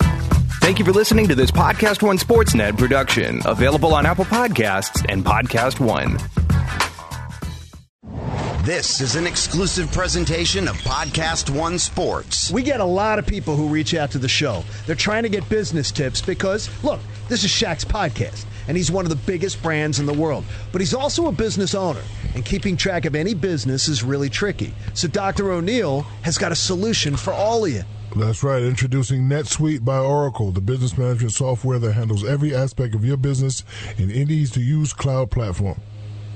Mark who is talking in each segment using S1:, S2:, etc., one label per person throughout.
S1: Thank you for listening to this Podcast One Sportsnet production, available on Apple Podcasts and Podcast One.
S2: This is an exclusive presentation of Podcast One Sports.
S3: We get a lot of people who reach out to the show. They're trying to get business tips because, look, this is Shaq's podcast, and he's one of the biggest brands in the world. But he's also a business owner, and keeping track of any business is really tricky. So Dr. O'Neill has got a solution for all of you.
S4: That's right. Introducing NetSuite by Oracle, the business management software that handles every aspect of your business in an easy to use cloud platform.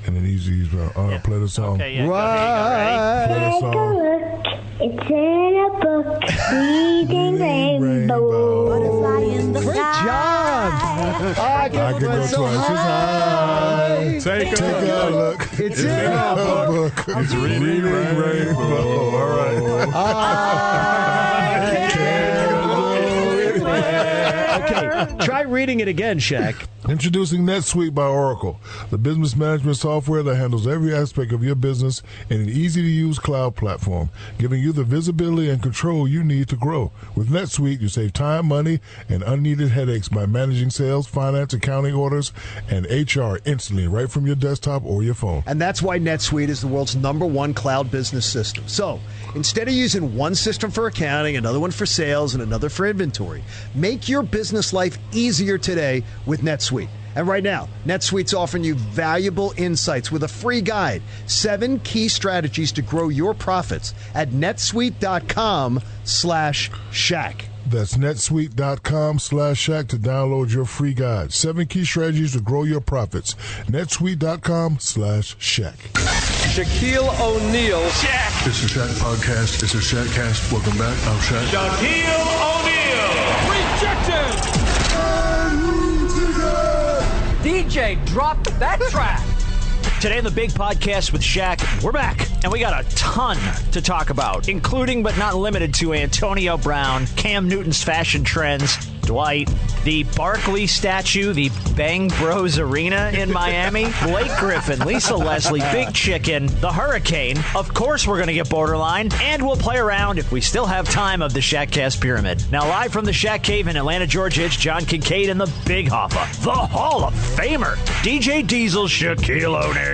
S4: And an easy to use. Uh, uh, Play the song.
S5: Okay, yeah, go ahead,
S4: Play the
S6: Take a
S4: song.
S6: look, it's in a book, reading rainbow.
S4: Rainbow.
S3: Great job! I can,
S4: I could go
S3: run so
S4: twice as
S3: high.
S4: high.
S7: Take
S4: Take a look.
S3: It's in a
S4: book. It's reading rainbow. All right. I can't go anywhere.
S3: Okay, try reading it again, Shaq.
S4: Introducing NetSuite by Oracle, the business management software that handles every aspect of your business in an easy to use cloud platform, giving you the visibility and control you need to grow. With NetSuite, you save time, money, and unneeded headaches by managing sales, finance, accounting orders, and HR instantly right from your desktop or your phone.
S3: And that's why NetSuite is the world's number one cloud business system. So instead of using one system for accounting, another one for sales, and another for inventory, make your business life easier today with NetSuite. And right now, NetSuite's offering you valuable insights with a free guide, seven key strategies to grow your profits at netsuite.com slash shack.
S4: That's netsuite.com slash shack to download your free guide. Seven key strategies to grow your profits. netsuite.com slash shack.
S8: Shaquille O'Neal.
S4: It's a Shack podcast. It's a Shackcast. Welcome back.
S9: Uh,
S4: I'm Shack.
S7: Shaquille O'Neal.
S8: Rejected!
S10: DJ, drop that track.
S11: Today on the big podcast with Shaq, we're back, and we got a ton to talk about, including but not limited to Antonio Brown, Cam Newton's fashion trends, Dwight, the Barkley statue, the Bang Bros Arena in Miami, Blake Griffin, Lisa Leslie, Big Chicken, the Hurricane. Of course, we're going to get borderline, and we'll play around if we still have time of the Shaqcast Pyramid. Now, live from the Shaq Cave in Atlanta, Georgia, it's John Kincaid and the Big Hoffa, the Hall of Famer, DJ Diesel, Shaquille O'Neal.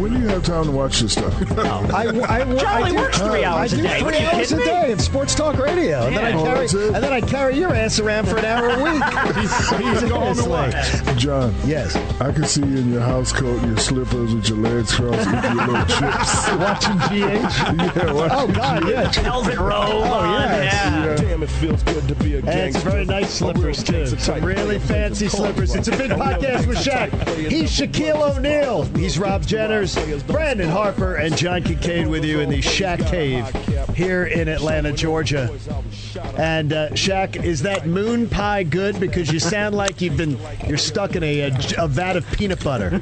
S4: When do you have time to watch this stuff?
S3: I, I, I
S11: Charlie
S3: do-
S11: works three hours
S3: I
S11: a
S3: do
S11: day.
S3: Three
S11: What are you
S3: hours a
S11: kidding me?
S3: day of sports talk radio, and then I
S11: Yeah.
S3: carry,
S4: That's it.
S3: and then I carry your ass around for an hour a week.
S7: He's going to
S3: Seriously.
S7: work.
S4: John,
S3: Yes,
S4: I can see you in your house coat, your slippers, with your legs crossed, with your little chips.
S3: watching GH.
S4: yeah, watch
S3: Oh
S4: it.
S3: God, yeah.
S11: Velvet Robe. on,
S3: yes.
S11: yeah.
S8: Damn, it feels good to be a
S7: And it's very nice slippers, too. Some
S3: Really fancy slippers. It's a big podcast with Shaq. He's Shaquille O'Neal. He's Rob Jenners, Brandon Harper, and John Kincaid with you in the Shaq Cave here in Atlanta, Georgia. And uh, Shaq, is that moon pie good? Because you sound like you've been you're stuck in a, a, a vat of peanut butter.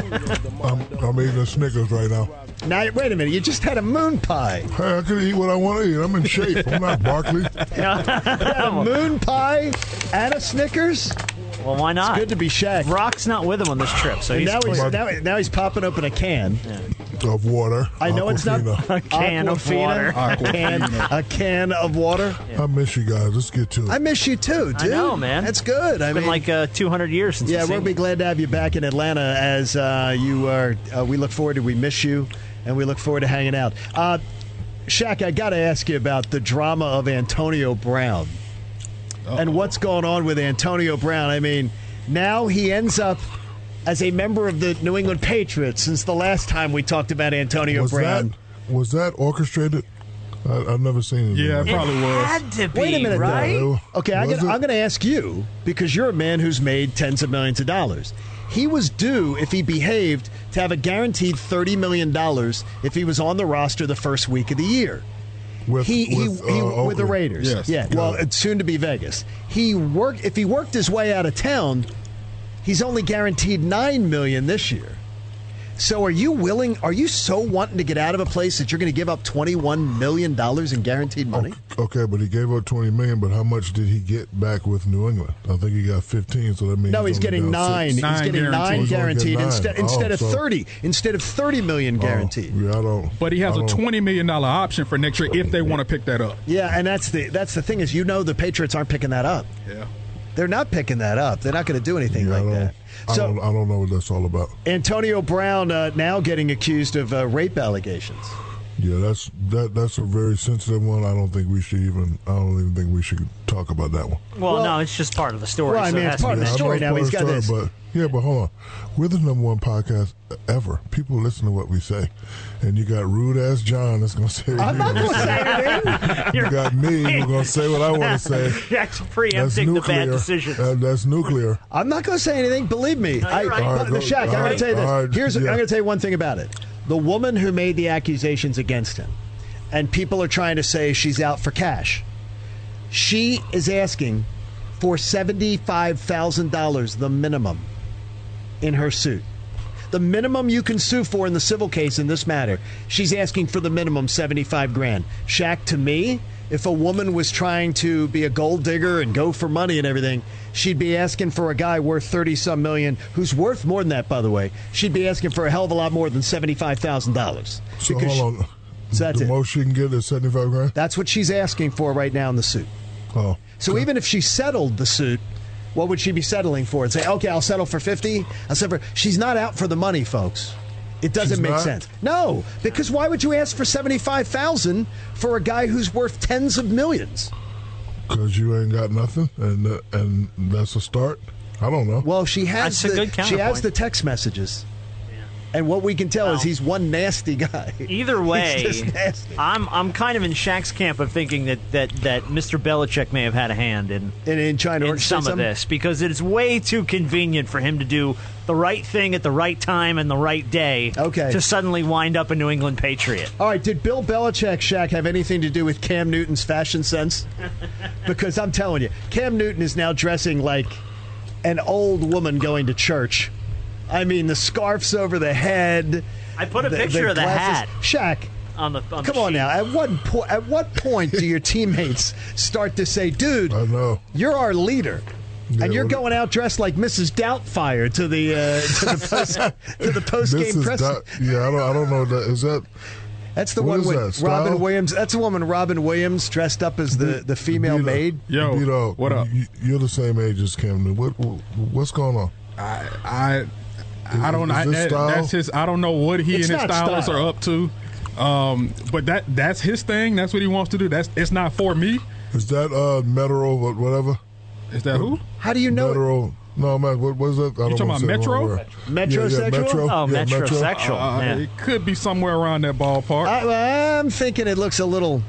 S4: I'm, I'm eating a Snickers right now.
S3: Now, wait a minute. You just had a moon pie.
S4: Hey, I can eat what I want to eat. I'm in shape. I'm not Barkley.
S3: A moon pie and a Snickers.
S11: Well, why not?
S3: Good to be Shaq.
S11: Rock's not with him on this trip, so
S3: And
S11: he's
S3: now he's,
S4: clear.
S3: now, now he's popping open a can.
S4: Of water.
S3: I know it's not
S4: Aquafina.
S11: can of
S3: Aquafina.
S11: water.
S3: A can, a can of water.
S4: I miss you guys. Let's get to it.
S3: I miss you too, dude.
S11: I know, man.
S3: That's good. I
S11: been
S3: mean,
S11: like uh, 200 years since.
S3: yeah,
S11: the
S3: we'll be glad to have you back in Atlanta. As uh, you are, uh, we look forward to. We miss you, and we look forward to hanging out. Uh, Shaq, I got to ask you about the drama of Antonio Brown and what's going on with Antonio Brown. I mean, now he ends up as a member of the New England Patriots since the last time we talked about Antonio
S4: was
S3: Brown.
S4: that was that orchestrated? I, I've never seen it.
S7: Yeah, it probably was.
S11: had to be.
S3: Wait a minute,
S11: right?
S3: though.
S4: No.
S3: Okay, I
S4: Was
S3: gotta,
S4: it?
S3: I'm going to ask you because you're a man who's made tens of millions of dollars. He was due, if he behaved, to have a guaranteed thirty million dollars if he was on the roster the first week of the year.
S4: With,
S3: He he,
S4: with,
S3: he
S4: uh,
S3: with the
S4: Oakland.
S3: Raiders. Yeah. Well, it's soon to be Vegas. He worked if he worked his way out of town. He's only guaranteed nine million this year. So are you willing? Are you so wanting to get out of a place that you're going to give up $21 million in guaranteed money?
S4: Okay, but he gave up twenty million. But how much did he get back with New England? I think he got fifteen. So that means
S3: No, he's
S4: he's, only
S3: getting
S4: down
S3: nine.
S4: six.
S3: He's getting nine
S4: He's only
S3: guaranteed
S4: getting nine.
S3: instead instead
S4: Oh,
S3: of
S4: so- Oh.
S3: thirty instead of thirty million guaranteed.
S4: yeah, I don't.
S9: But he has
S4: I
S9: a
S4: don't-
S9: twenty million dollar option for next year if they want to pick that up.
S3: Yeah, and that's the that's the thing is you know the Patriots aren't picking that up.
S9: Yeah.
S3: They're not picking that up. They're not going to do anything like that.
S4: I
S3: So
S4: don't, I don't know what that's all about.
S3: Antonio Brown uh, now getting accused of uh, rape allegations.
S4: Yeah, that's that. That's a very sensitive one. I don't think we should even. I don't even think we should talk about that one.
S11: Well, no, it's just part of the story.
S3: well, I
S11: so
S3: mean,
S11: it
S3: it's
S11: has to
S3: part
S11: be-
S3: of the
S4: I know
S3: story
S4: it's
S3: now.
S4: part
S3: He's
S4: of the
S3: got this.
S4: story, But, yeah, but hold on. We're the number one podcast ever. People listen to what we say, and you got rude ass John that's gonna say.
S7: I'm not
S4: going
S7: gonna say
S4: anything. you got me. You're gonna say what I want to say.
S11: That's
S4: That's
S11: preempting
S4: nuclear.
S11: the bad decisions.
S4: Uh, that's nuclear.
S3: I'm not going to say anything. Believe me.
S11: No, you're
S3: I,
S11: right. All
S3: but
S11: right,
S3: the
S11: go-
S3: Shaq, I'm
S11: all
S3: going to
S11: right,
S3: tell you this.
S4: all right,
S3: Here's I'm
S4: yeah.
S3: going to tell you one thing about it. The woman who made the accusations against him, and people are trying to say she's out for cash. She is asking for seventy-five thousand dollars, the minimum, in her suit. The minimum you can sue for in the civil case in this matter. She's asking for the minimum seventy-five grand. Shaq, to me, if a woman was trying to be a gold digger and go for money and everything, she'd be asking for a guy worth thirty some million, who's worth more than that, by the way. She'd be asking for a hell of a lot more than seventy-five thousand dollars.
S4: So hold on.
S3: So that's
S4: the
S3: it.
S4: most you can get is seventy-five grand.
S3: That's what she's asking for right now in the suit.
S4: Oh,
S3: So even if she settled the suit, what would she be settling for? And say, okay, I'll settle for fifty. I'll settle for. She's not out for the money, folks. It doesn't
S4: She's
S3: make
S4: not?
S3: sense. No, because why would you ask for seventy-five thousand for a guy who's worth tens of millions?
S4: because you ain't got nothing, and uh, and that's a start. I don't know.
S3: Well, she has
S11: That's a
S3: the
S11: good
S3: she has
S11: counterpoint.
S3: the text messages, and what we can tell is he's one nasty guy.
S11: Either way,
S3: He's just nasty.
S11: I'm I'm kind of in Shaq's camp of thinking that, that, that Mr. Belichick may have had a hand in
S3: in, in trying to
S11: some of this because it's way too convenient for him to do the right thing at the right time and the right day.
S3: Okay.
S11: to suddenly wind up a New England Patriot.
S3: All right, did Bill Belichick, Shaq, have anything to do with Cam Newton's fashion sense? Because I'm telling you, Cam Newton is now dressing like an old woman going to church. I mean, the scarf's over the head.
S11: I put a picture of the hat. Oh,
S3: Shaq,
S11: On the on the
S3: come on now. At what po- at what point do your teammates start to say, "Dude,
S4: I know.
S3: you're our leader"?
S4: Yeah,
S3: and you're
S4: what-
S3: going out dressed like Mrs. Doubtfire to the uh, to the post to the post
S4: This
S3: game
S4: is
S3: press.
S4: not- yeah, I don't, I don't know. That, is that
S3: That's the
S4: What
S3: one
S4: is
S3: with
S4: that, style?
S3: Robin Williams. That's the woman Robin Williams dressed up as the, the female
S4: Beat up.
S3: maid.
S9: Yo,
S4: Beat up.
S9: what up?
S4: You, you're the same age as Cam Newton. What, what what's going on?
S9: I I don't know.
S4: Is this
S9: That,
S4: style?
S9: that's his. I don't know what he
S3: It's
S9: and his
S3: not
S9: stylists
S3: style.
S9: are up to. Um, but that that's his thing. That's what he wants to do. That's it's not for me.
S4: Is that uh Metro or whatever?
S9: Is that who?
S3: How do you know? it?
S4: Metro. No, man. What was that? I
S9: You talking
S4: wanna
S9: about
S4: say the
S9: Metro?
S4: wrong word. Yeah,
S3: Metrosexual?
S4: yeah, Metro.
S11: Oh,
S4: yeah,
S11: metrosexual.
S9: Uh,
S11: Yeah.
S9: It could be somewhere around that ballpark.
S3: I, I'm thinking it looks a little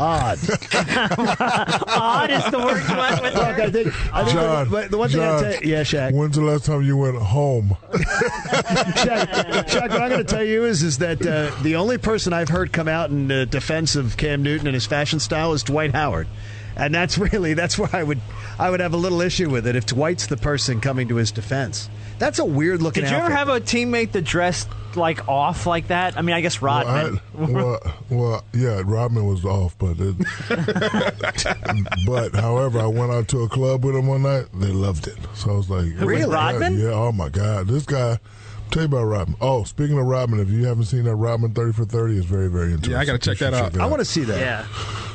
S3: odd.
S11: Odd is the word you went with.
S3: Look, I think, I think
S4: John,
S3: the, but the one thing
S4: John,
S3: I tell yeah, Shaq,
S4: When's the last time you went home?
S3: Shaq, Shaq, what I'm going to tell you is is that uh, the only person I've heard come out in uh, defense of Cam Newton and his fashion style is Dwight Howard, and that's really that's where I would I would have a little issue with it if Dwight's the person coming to his defense. That's a weird looking.
S11: Did you ever have a teammate that dressed like off like that? I mean, I guess Rodman.
S4: Well, I- well, well, yeah, Rodman was off, but it, but however, I went out to a club with him one night. They loved it, so I was like, oh my
S11: Really?
S4: God,
S11: Rodman?
S4: Yeah. Oh my God, this guy. Tell you about Rodman. Oh, speaking of Rodman, if you haven't seen that Rodman Thirty for Thirty, is very very interesting.
S9: Yeah, I gotta check
S4: You
S9: that
S4: should
S9: out.
S4: it
S3: I want to see that.
S11: yeah.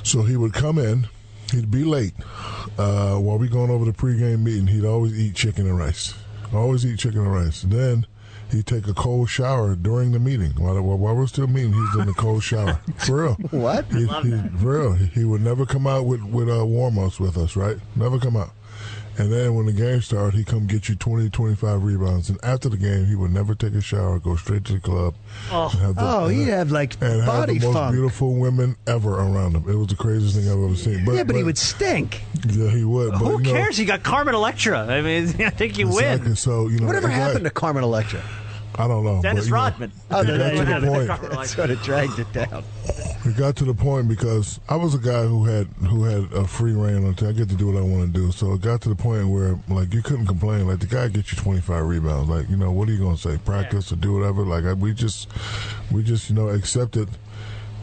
S4: So he would come in. He'd be late. Uh, while we going over the pregame meeting, he'd always eat chicken and rice. Always eat chicken and rice. Then he'd take a cold shower during the meeting. While, while while we're still meeting, he's in the cold shower. For real.
S3: What?
S4: He, he- for real. He would never come out with, with uh, warm-ups with us, right? Never come out. And then when the game started, he'd come get you 20, 25 rebounds. And after the game, he would never take a shower, go straight to the club. Oh, and have the,
S3: Oh, he'd
S4: and-
S3: have, like,
S4: and have
S3: body
S4: the most
S3: funk.
S4: beautiful women ever around him. It was the craziest thing I've ever seen. But,
S3: yeah, but he would stink.
S4: Yeah, he would. But,
S11: Who
S4: you know,
S11: cares? You got Carmen Electra. I mean, I think you
S4: Exactly.
S11: win.
S4: So you know,
S3: Whatever
S4: it's like-
S3: happened to Carmen Electra?
S4: I don't know. but,
S11: Dennis
S4: you know,
S11: Rodman.
S4: it
S3: no,
S4: got
S3: that-
S4: to
S11: that-
S4: the
S11: that-
S4: point.
S11: that-
S3: Sort of dragged it down.
S4: It got to the point because I was a guy who had who had a free reign until I get to do what I want to do. So it got to the point where like you couldn't complain. Like the guy gets you 25 rebounds. Like you know what are you gonna say? Practice or do whatever. Like I, we just we just you know accepted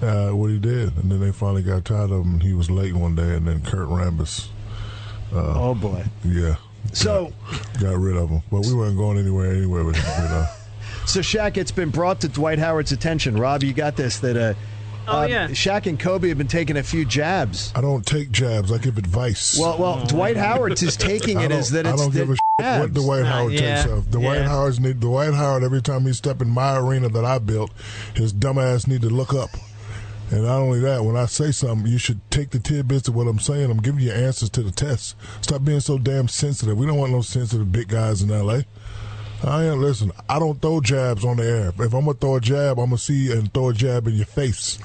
S4: uh, what he did, and then they finally got tired of him. He was late one day, and then Kurt Rambis. Uh,
S3: oh boy.
S4: Yeah.
S3: So
S4: got, got rid of him, but we weren't going anywhere anyway with him. You know.
S3: So Shaq, it's been brought to Dwight Howard's attention. Rob, you got this that uh,
S4: Oh,
S3: uh,
S4: yeah.
S3: Shaq and Kobe have been taking a few jabs.
S4: I don't take jabs. I give advice.
S3: Well, well, Dwight Howard's is taking
S4: Oh. I
S3: it
S4: don't-
S3: as that it's
S4: I don't
S3: the
S4: give a shit what
S3: jabs.
S4: Dwight Howard
S3: yeah.
S4: takes off. Dwight
S3: Yeah.
S4: Howard's need Dwight Howard every time he step in my arena that I built, his dumb ass need to look up. And not only that, when I say something, you should take the tidbits of what I'm saying. I'm giving you answers to the test. Stop being so damn sensitive. We don't want no sensitive big guys in LA. I am listen. I don't throw jabs on the air. If I'm gonna throw a jab, I'm gonna see and throw a jab in your face.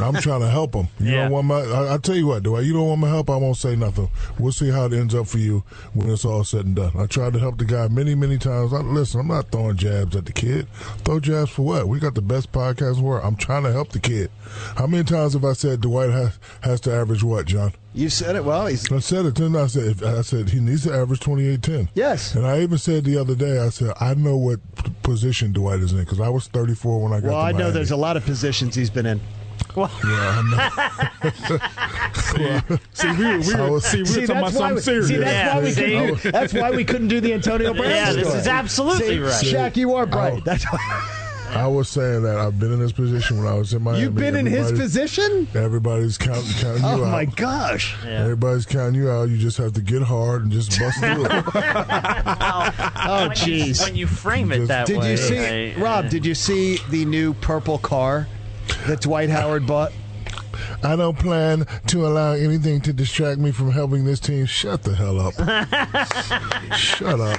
S4: I'm trying to help him. You don't want my. I, I tell you what, do I? You don't want my help. I won't say nothing. We'll see how it ends up for you when it's all said and done. I tried to help the guy many, many times. I, listen, I'm not throwing jabs at the kid. Throw jabs for what? We got the best podcast in the world. I'm trying to help the kid. How many times have I said Dwight has, has to average what, John?
S3: You said it. Well, he's.
S4: I said it. Then I said, I said he needs to average twenty eight ten.
S3: Yes.
S4: And I even said the other day, I said I know what p- position Dwight is in because I was thirty four when I got.
S3: Well,
S4: to
S3: I know
S4: Miami.
S3: there's a lot of positions he's been in.
S9: See, we were, we were, see, we were
S3: that's
S9: talking about
S3: why
S9: something
S3: we-
S9: serious.
S3: See, that's, why we
S9: Yeah.
S3: couldn't, do- that's why we couldn't do the Antonio Brown
S11: Yeah, this
S3: story.
S11: is absolutely
S3: See,
S11: right.
S3: Shaq, you are bright. That's why.
S4: I was saying that I've been in this position when I was in Miami.
S3: You've been in his
S4: Everybody-
S3: position?
S4: Everybody's counting, counting you
S3: Oh,
S4: out.
S3: my gosh.
S4: Everybody's counting you out. You just have to get hard and just bust through it.
S3: Oh, jeez.
S12: When you frame it that
S3: Did
S12: way,
S3: you see, Rob, did you see the new purple car that Dwight
S11: Uh.
S3: Howard bought?
S4: I don't plan to allow anything to distract me from helping this team. Shut the hell up. Shut up.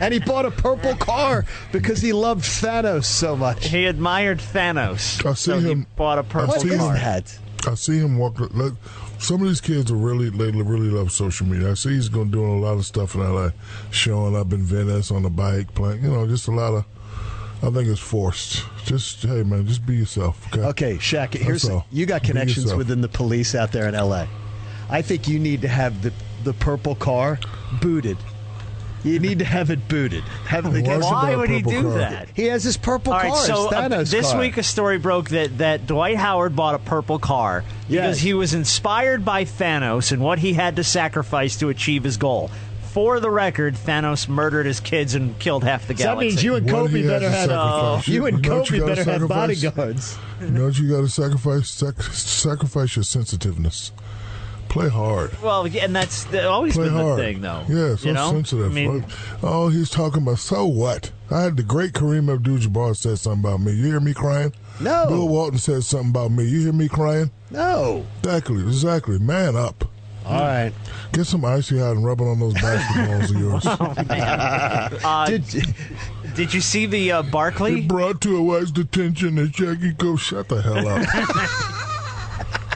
S3: And he bought a purple car because he loved Thanos so much.
S12: He admired Thanos.
S4: I see
S12: so He
S4: him-
S12: bought a purple
S4: I see him-
S12: car.
S4: I see him walk. Like, some of these kids are really, they really love social media. I see he's going doing a lot of stuff in LA, showing up in Venice on a bike, playing, you know, just a lot of. I think it's forced. Just hey, man, just be yourself. Okay.
S3: Okay, Shaq, here's
S4: That's all.
S3: you got
S4: Be
S3: connections
S4: yourself.
S3: within the police out there in LA. I think you need to have the the purple car booted. You need to have it booted. Have the guy-
S11: Why would he do that?
S3: He has his purple
S11: All
S3: car.
S11: right, so
S3: it's
S11: uh,
S3: Thanos
S11: this
S3: car.
S11: week a story broke that, that Dwight Howard bought a purple car because
S3: Yes.
S11: he was inspired by Thanos and what he had to sacrifice to achieve his goal. For the record, Thanos murdered his kids and killed half the
S3: So that
S11: galaxy.
S3: means you and
S4: What
S3: Kobe
S4: he
S3: better
S4: has
S3: have uh,
S4: to
S11: uh,
S4: sacrifice.
S3: you and
S4: know what
S3: Kobe
S4: you gotta
S3: better have
S4: sacrifice?
S3: bodyguards.
S4: You know what you got to sacrifice? Sac- sacrifice your sensitiveness. Play hard.
S11: Well, yeah, and that's the- always
S4: Play
S11: been
S4: hard.
S11: the thing, though.
S4: Yeah, so
S11: you know?
S4: sensitive.
S11: I mean,
S4: Like, oh, he's talking about so what? I had the great Kareem Abdul-Jabbar said something about me. You hear me crying?
S3: No.
S4: Bill Walton said something about me. You hear me crying?
S3: No.
S4: Exactly. Exactly. Man up.
S3: All right.
S4: Get some icy hot and rub it on those basketballs of yours.
S11: uh, did, you see the uh, Barkley?
S4: It brought to a wife's detention and Jackie go shut the hell up.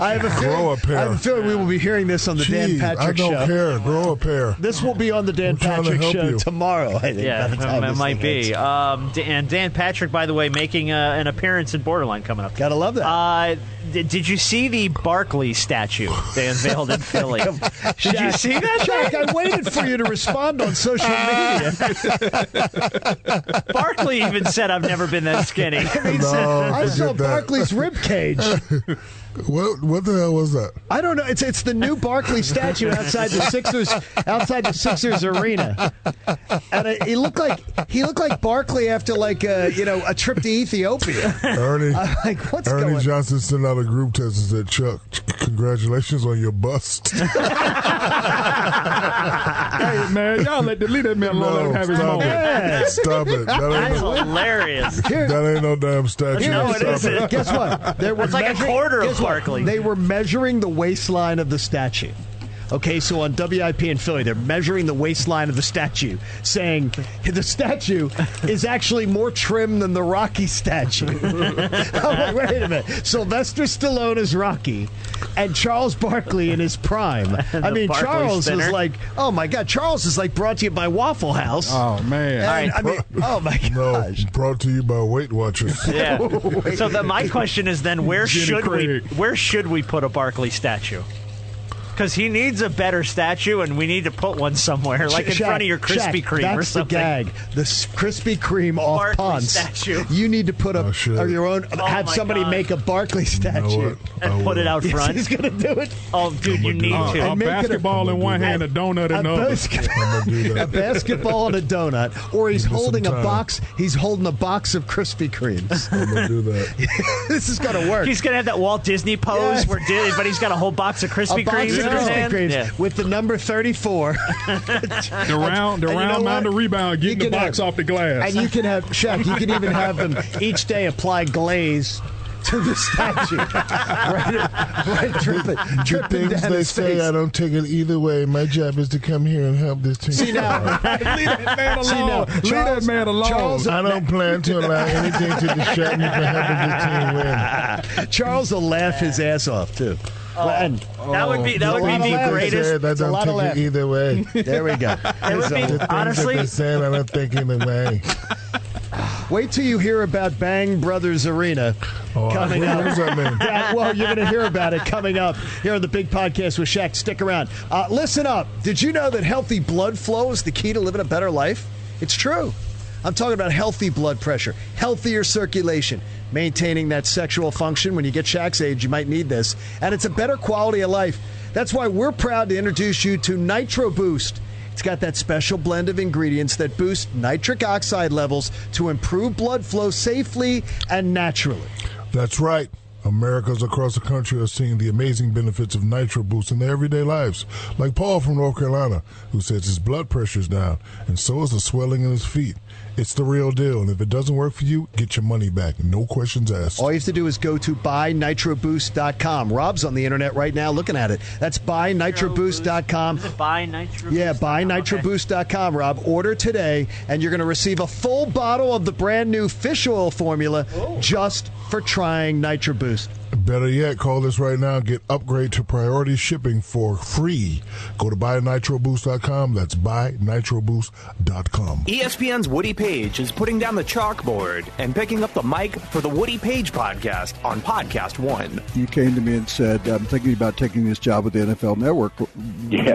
S3: I have a
S4: Grow
S3: feeling,
S4: a pair.
S3: I have a feeling we will be hearing this on the Dan
S4: Jeez, I
S3: Patrick
S4: don't
S3: show.
S4: care. Grow a pair.
S3: This will be on the Dan
S4: I'm trying to
S3: Patrick
S4: help
S3: show
S4: you.
S3: tomorrow. I think.
S11: Yeah,
S3: by the time
S11: it
S3: this
S11: might
S3: thing ends.
S11: be. Um, D- and Dan Patrick, by the way, making uh, an appearance in Borderline coming up.
S3: Gotta love that.
S11: Uh, d- did you see the Barkley statue they unveiled in Philly? did you
S3: Shaq-
S11: see that? Uh,
S3: Shaq, I waited for you to respond on social media.
S11: Barkley even said, "I've never been that skinny."
S4: No,
S3: I saw
S4: forget that.
S3: Barkley's rib cage.
S4: What what the hell was that?
S3: I don't know. It's it's the new Barkley statue outside the Sixers outside the Sixers arena, and it, it looked like he looked like Barkley after like uh, you know a trip to Ethiopia.
S4: Ernie.
S3: I'm like, what's
S4: Ernie
S3: going?
S4: Johnson sent out a group text and said, Chuck, c- congratulations on your bust.
S9: Hey, man, y'all let the leave that man alone. Let him have his
S4: stop
S9: moment.
S4: it. Stop it. That ain't,
S11: That's
S4: no,
S11: hilarious.
S3: Here-
S4: that ain't no damn statue.
S11: No, it
S4: Stop
S11: isn't.
S3: Guess what? There were
S11: That's like a
S3: measuring-
S11: quarter of
S3: guess what?
S11: Barkley.
S3: They were measuring the waistline of the statue. Okay, so on WIP in Philly, they're measuring the waistline of the statue, saying the statue is actually more trim than the Rocky statue. I'm like, wait a minute. Sylvester Stallone is Rocky, and Charles Barkley in his prime. I
S12: The
S3: mean,
S12: Barkley
S3: Charles was
S12: spinner.
S3: like, oh my God, Charles is like brought to you by Waffle House.
S9: Oh man!
S3: And, I mean, oh my gosh!
S4: brought to you by Weight Watchers.
S11: Yeah. so the, my question is then, where
S9: Jenny
S11: should
S9: Craig.
S11: we where should we put a Barkley statue? Because he needs a better statue, and we need to put one somewhere, like in
S3: Shaq,
S11: front of your
S3: Shaq,
S11: Krispy Kreme
S3: that's
S11: or something.
S3: the gag. The s- Krispy Kreme off
S11: Barkley
S3: Ponce.
S11: statue.
S3: You need to put up or your own.
S11: Oh
S3: have
S11: my
S3: somebody
S11: God.
S3: make a Barkley statue
S11: And put it out
S3: Yes,
S11: front.
S3: he's gonna do it.
S11: Oh, dude, you need
S9: Uh,
S11: to.
S9: a basketball in one hand, a donut in
S3: A
S9: the other.
S3: basket-
S4: do that.
S3: a basketball and a donut, or he's
S4: Give me some
S3: holding a
S4: time.
S3: box. He's holding a box of Krispy Kremes.
S4: I'm gonna do that.
S3: this is gonna work.
S11: He's gonna have that Walt Disney pose
S3: Yes.
S11: where, dude, but he's got a whole box of
S3: a
S11: Krispy
S3: box
S11: Kremes
S3: of
S11: in his
S3: Krispy
S11: hand.
S3: Kremes
S11: Yeah.
S3: with the number thirty-four.
S9: The round, the
S3: And you know
S9: round mound
S3: what?
S9: of rebound,
S3: You
S9: getting the
S3: can
S9: box
S3: have-
S9: off the glass.
S3: And you can have Shaq. You can even have them each day apply glaze to the statue. right, right, dripping,
S4: The
S3: dripping
S4: things
S3: down
S4: they
S3: his
S4: say, I
S3: face.
S4: don't take it either way. My job is to come here and help this team.
S3: See now,
S9: Leave that man
S3: See, now,
S9: alone. Leave that
S3: Charles-
S9: man alone.
S3: Charles-
S4: I don't plan to allow anything to distract me from helping this team win.
S3: Charles will laugh his ass off too. and
S11: That would be that would
S3: Oh,
S11: be
S3: Lana
S11: the
S3: Lang
S11: greatest.
S4: Said, I
S3: it's a lot
S4: don't
S3: of
S4: take
S3: laughing.
S4: it either way.
S3: there we go.
S11: would be-
S3: There's a-
S4: The
S11: Honestly-
S4: things that they said, I don't think either way.
S3: Wait till you hear about Bang Brothers Arena
S4: Oh,
S3: coming
S4: what
S3: up.
S4: does that mean?
S3: Yeah, well, you're going to hear about it coming up here on the Big Podcast with Shaq. Stick around. Uh, listen up. Did you know that healthy blood flow is the key to living a better life? It's true. I'm talking about healthy blood pressure, healthier circulation, maintaining that sexual function. When you get Shaq's age, you might need this. And it's a better quality of life. That's why we're proud to introduce you to Nitro Boost. It's got that special blend of ingredients that boost nitric oxide levels to improve blood flow safely and naturally.
S4: That's right. Americans across the country are seeing the amazing benefits of Nitro Boost in their everyday lives. Like Paul from North Carolina, who says his blood pressure's down, and so is the swelling in his feet. It's the real deal, and if it doesn't work for you, get your money back. No questions asked.
S3: All you have to do is go to buynitroboost.com. Rob's on the internet right now looking at it. That's buynitroboost.com.
S11: Is it buy nitro?
S3: Yeah,
S11: Boost?
S3: buy
S11: Okay.
S3: nitroboost.com, Rob. Order today, and you're going to receive a full bottle of the brand new fish oil formula just for trying Nitro Boost.
S4: Better yet, call this right now and get upgrade to priority shipping for free. Go to buynitroboost.com. That's buynitroboost.com.
S1: ESPN's Woody Page is putting down the chalkboard and picking up the mic for the Woody Page podcast on Podcast One.
S13: You came to me and said, I'm thinking about taking this job with the NFL Network.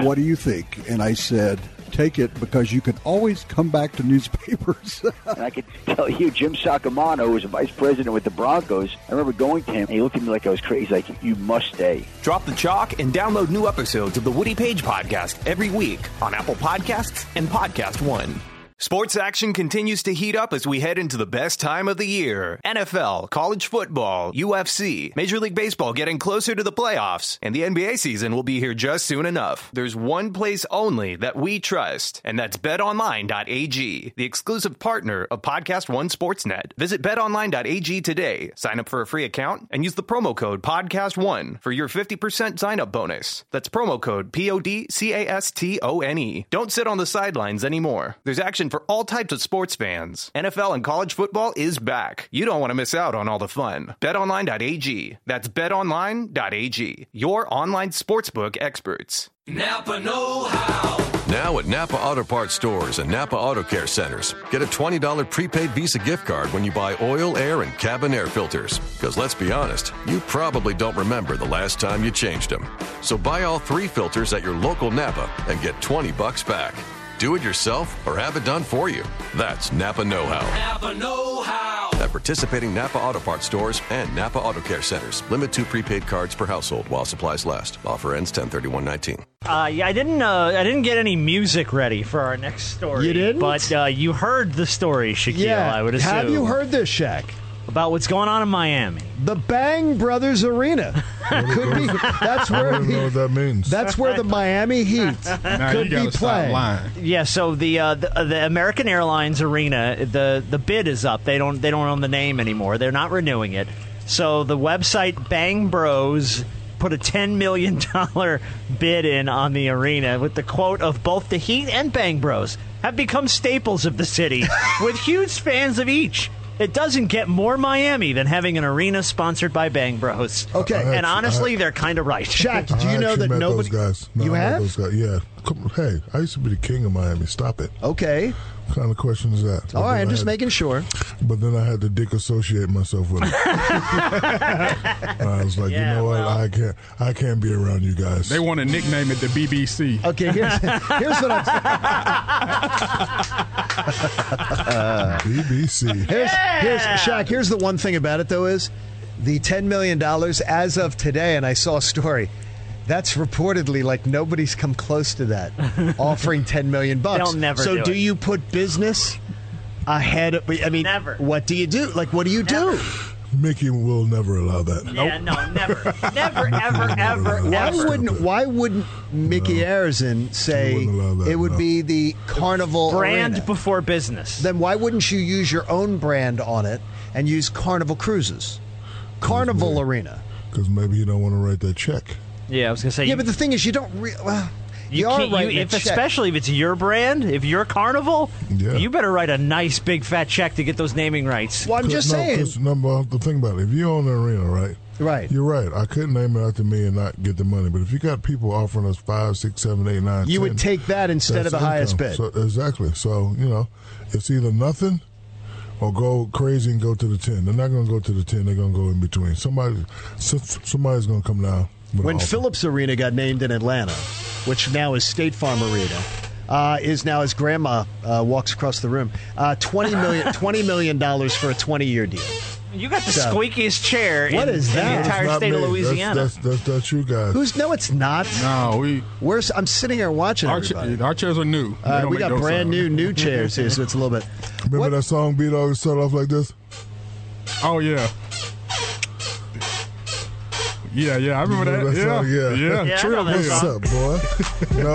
S13: What do you think? And I said, take it because you can always come back to newspapers.
S14: And I can tell you, Jim Sacamano was a vice president with the Broncos. I remember going to him, and he looked at me like I was crazy. He's like, you must stay.
S1: Drop the chalk and download new episodes of the Woody Page podcast every week on Apple Podcasts and Podcast One. Sports action continues to heat up as we head into the best time of the year. NFL, college football, UFC, Major League Baseball getting closer to the playoffs, and the NBA season will be here just soon enough. There's one place only that we trust, and that's betonline.ag, the exclusive partner of Podcast One Sportsnet. Visit betonline.ag today, sign up for a free account, and use the promo code Podcast One for your 50% sign up bonus. That's promo code P O D C A S T O N E. Don't sit on the sidelines anymore. There's action for all types of sports fans. NFL and college football is back. You don't want to miss out on all the fun. BetOnline.ag. That's BetOnline.ag. Your online sportsbook experts.
S15: Napa Know How. Now at Napa Auto Parts stores and Napa Auto Care centers, get a $20 prepaid Visa gift card when you buy oil, air, and cabin air filters. Because let's be honest, you probably don't remember the last time you changed them. So buy all three filters at your local Napa and get 20 bucks back. Do it yourself or have it done for you. That's Napa Know How.
S7: Napa Know How.
S15: At participating Napa Auto Parts stores and Napa Auto Care centers, limit two prepaid cards per household while supplies last. Offer ends 103119.
S11: Uh, yeah, I didn't. Uh, I didn't get any music ready for our next story.
S3: You didn't?
S11: but uh, you heard the story, Shaquille.
S3: yeah.
S11: I would assume.
S3: Have you heard this, Shaq?
S11: about what's going on in Miami?
S3: The Bang Brothers Arena. Could be. That's
S4: I
S3: where
S4: don't know
S3: the,
S4: what that means.
S3: that's where the Miami Heat
S9: Nah,
S3: could
S9: you
S3: be
S9: gotta stop
S3: playing.
S9: lying.
S11: Yeah, so the, uh, the uh, the American Airlines Arena, the the bid is up. They don't they don't own the name anymore. They're not renewing it. So the website Bang Bros put a $10 million bid in on the arena with the quote of both the Heat and Bang Bros have become staples of the city with huge fans of each. It doesn't get more Miami than having an arena sponsored by Bang Bros.
S3: Okay.
S11: And honestly, they're kind of right.
S3: Shaq,
S4: I
S3: do you know
S4: actually
S3: that
S4: met
S3: nobody?
S4: Those guys. No,
S3: You
S4: I met
S3: have?
S4: Those guys. Yeah. Come, hey, I used to be the king of Miami. Stop it.
S3: Okay.
S4: What kind of question is that?
S3: Oh. All
S4: But
S3: right,
S4: then
S3: I'm
S4: I
S3: just
S4: had-
S3: making sure.
S4: But then I had to dick associate myself with it. And I was like, you know what? I can't. I can't be around you guys.
S9: They want to nickname it the BBC.
S3: Okay, here's, here's what I'm saying.
S4: BBC.
S3: Here's, here's Shaq. Here's the one thing about it though is the ten million dollars as of today, and I saw a story. That's reportedly like nobody's come close to that, offering ten million bucks.
S11: They'll never
S3: So
S11: do
S3: do
S11: it.
S3: you put business ahead? Of, I mean,
S11: Never.
S3: What do you do? Like, what do you do?
S4: Mickey will never allow that.
S11: Yeah, no, never, never, ever, ever,
S3: Why
S11: ever.
S3: wouldn't Why wouldn't Mickey Arison say it would be the Carnival
S11: Brand
S3: Arena?
S11: before business.
S3: Then why wouldn't you use your own brand on it and use Carnival Cruises, Carnival Arena?
S4: Because maybe you don't want to write that check.
S11: Yeah, I was gonna say.
S3: yeah, but the thing is, you don't. Re- well, you,
S11: You
S3: are
S11: can't- you-
S3: writing a
S11: if,
S3: check.
S11: especially if it's your brand, if you're Carnival,
S4: Yeah.
S11: you better write a nice big fat check to get those naming rights.
S3: Well,
S4: 'Cause- no, 'cause, No, but the thing about it, if you own an arena, right?
S3: Right.
S4: You're right. I couldn't name it after me and not get the money. But if you got people offering us five, six, seven, eight, nine,
S3: You would
S4: 10,
S3: take that instead of the
S4: that's
S3: highest bid.
S4: income. So, exactly. So you know, it's either nothing or go crazy and go to the ten. They're not going to go to the ten. They're going to go in between. Somebody, so, somebody's going to come down. with an
S3: when
S4: offer.
S3: Phillips Arena got named in Atlanta, which now is State Farm Arena, uh, is now as Grandma uh, walks across the room, uh, $20 million $20 million dollars for a 20 year deal.
S11: You got the
S3: So-
S11: squeakiest chair
S3: What
S11: in,
S3: is
S11: in
S3: that?
S11: the entire
S4: Not
S11: state
S4: me.
S11: of
S4: That's-
S11: Louisiana.
S4: That's that's, that's, you guys.
S3: Who's no? It's not.
S9: No, we
S3: We're, s- I'm sitting here watching
S9: our, cha-
S3: everybody.
S9: our chairs are new. They
S3: All right,
S9: don't
S3: we
S9: make
S3: got
S9: no
S3: brand
S9: sound.
S3: new new chairs here, so it's a little bit.
S4: Remember that song beat always started off like this.
S9: Oh yeah. Yeah, yeah, I remember
S4: Remember
S9: that.
S4: that
S9: Yeah,
S4: song? Yeah.
S9: yeah.
S4: Yeah, I know that What's song. up, boy?
S9: no,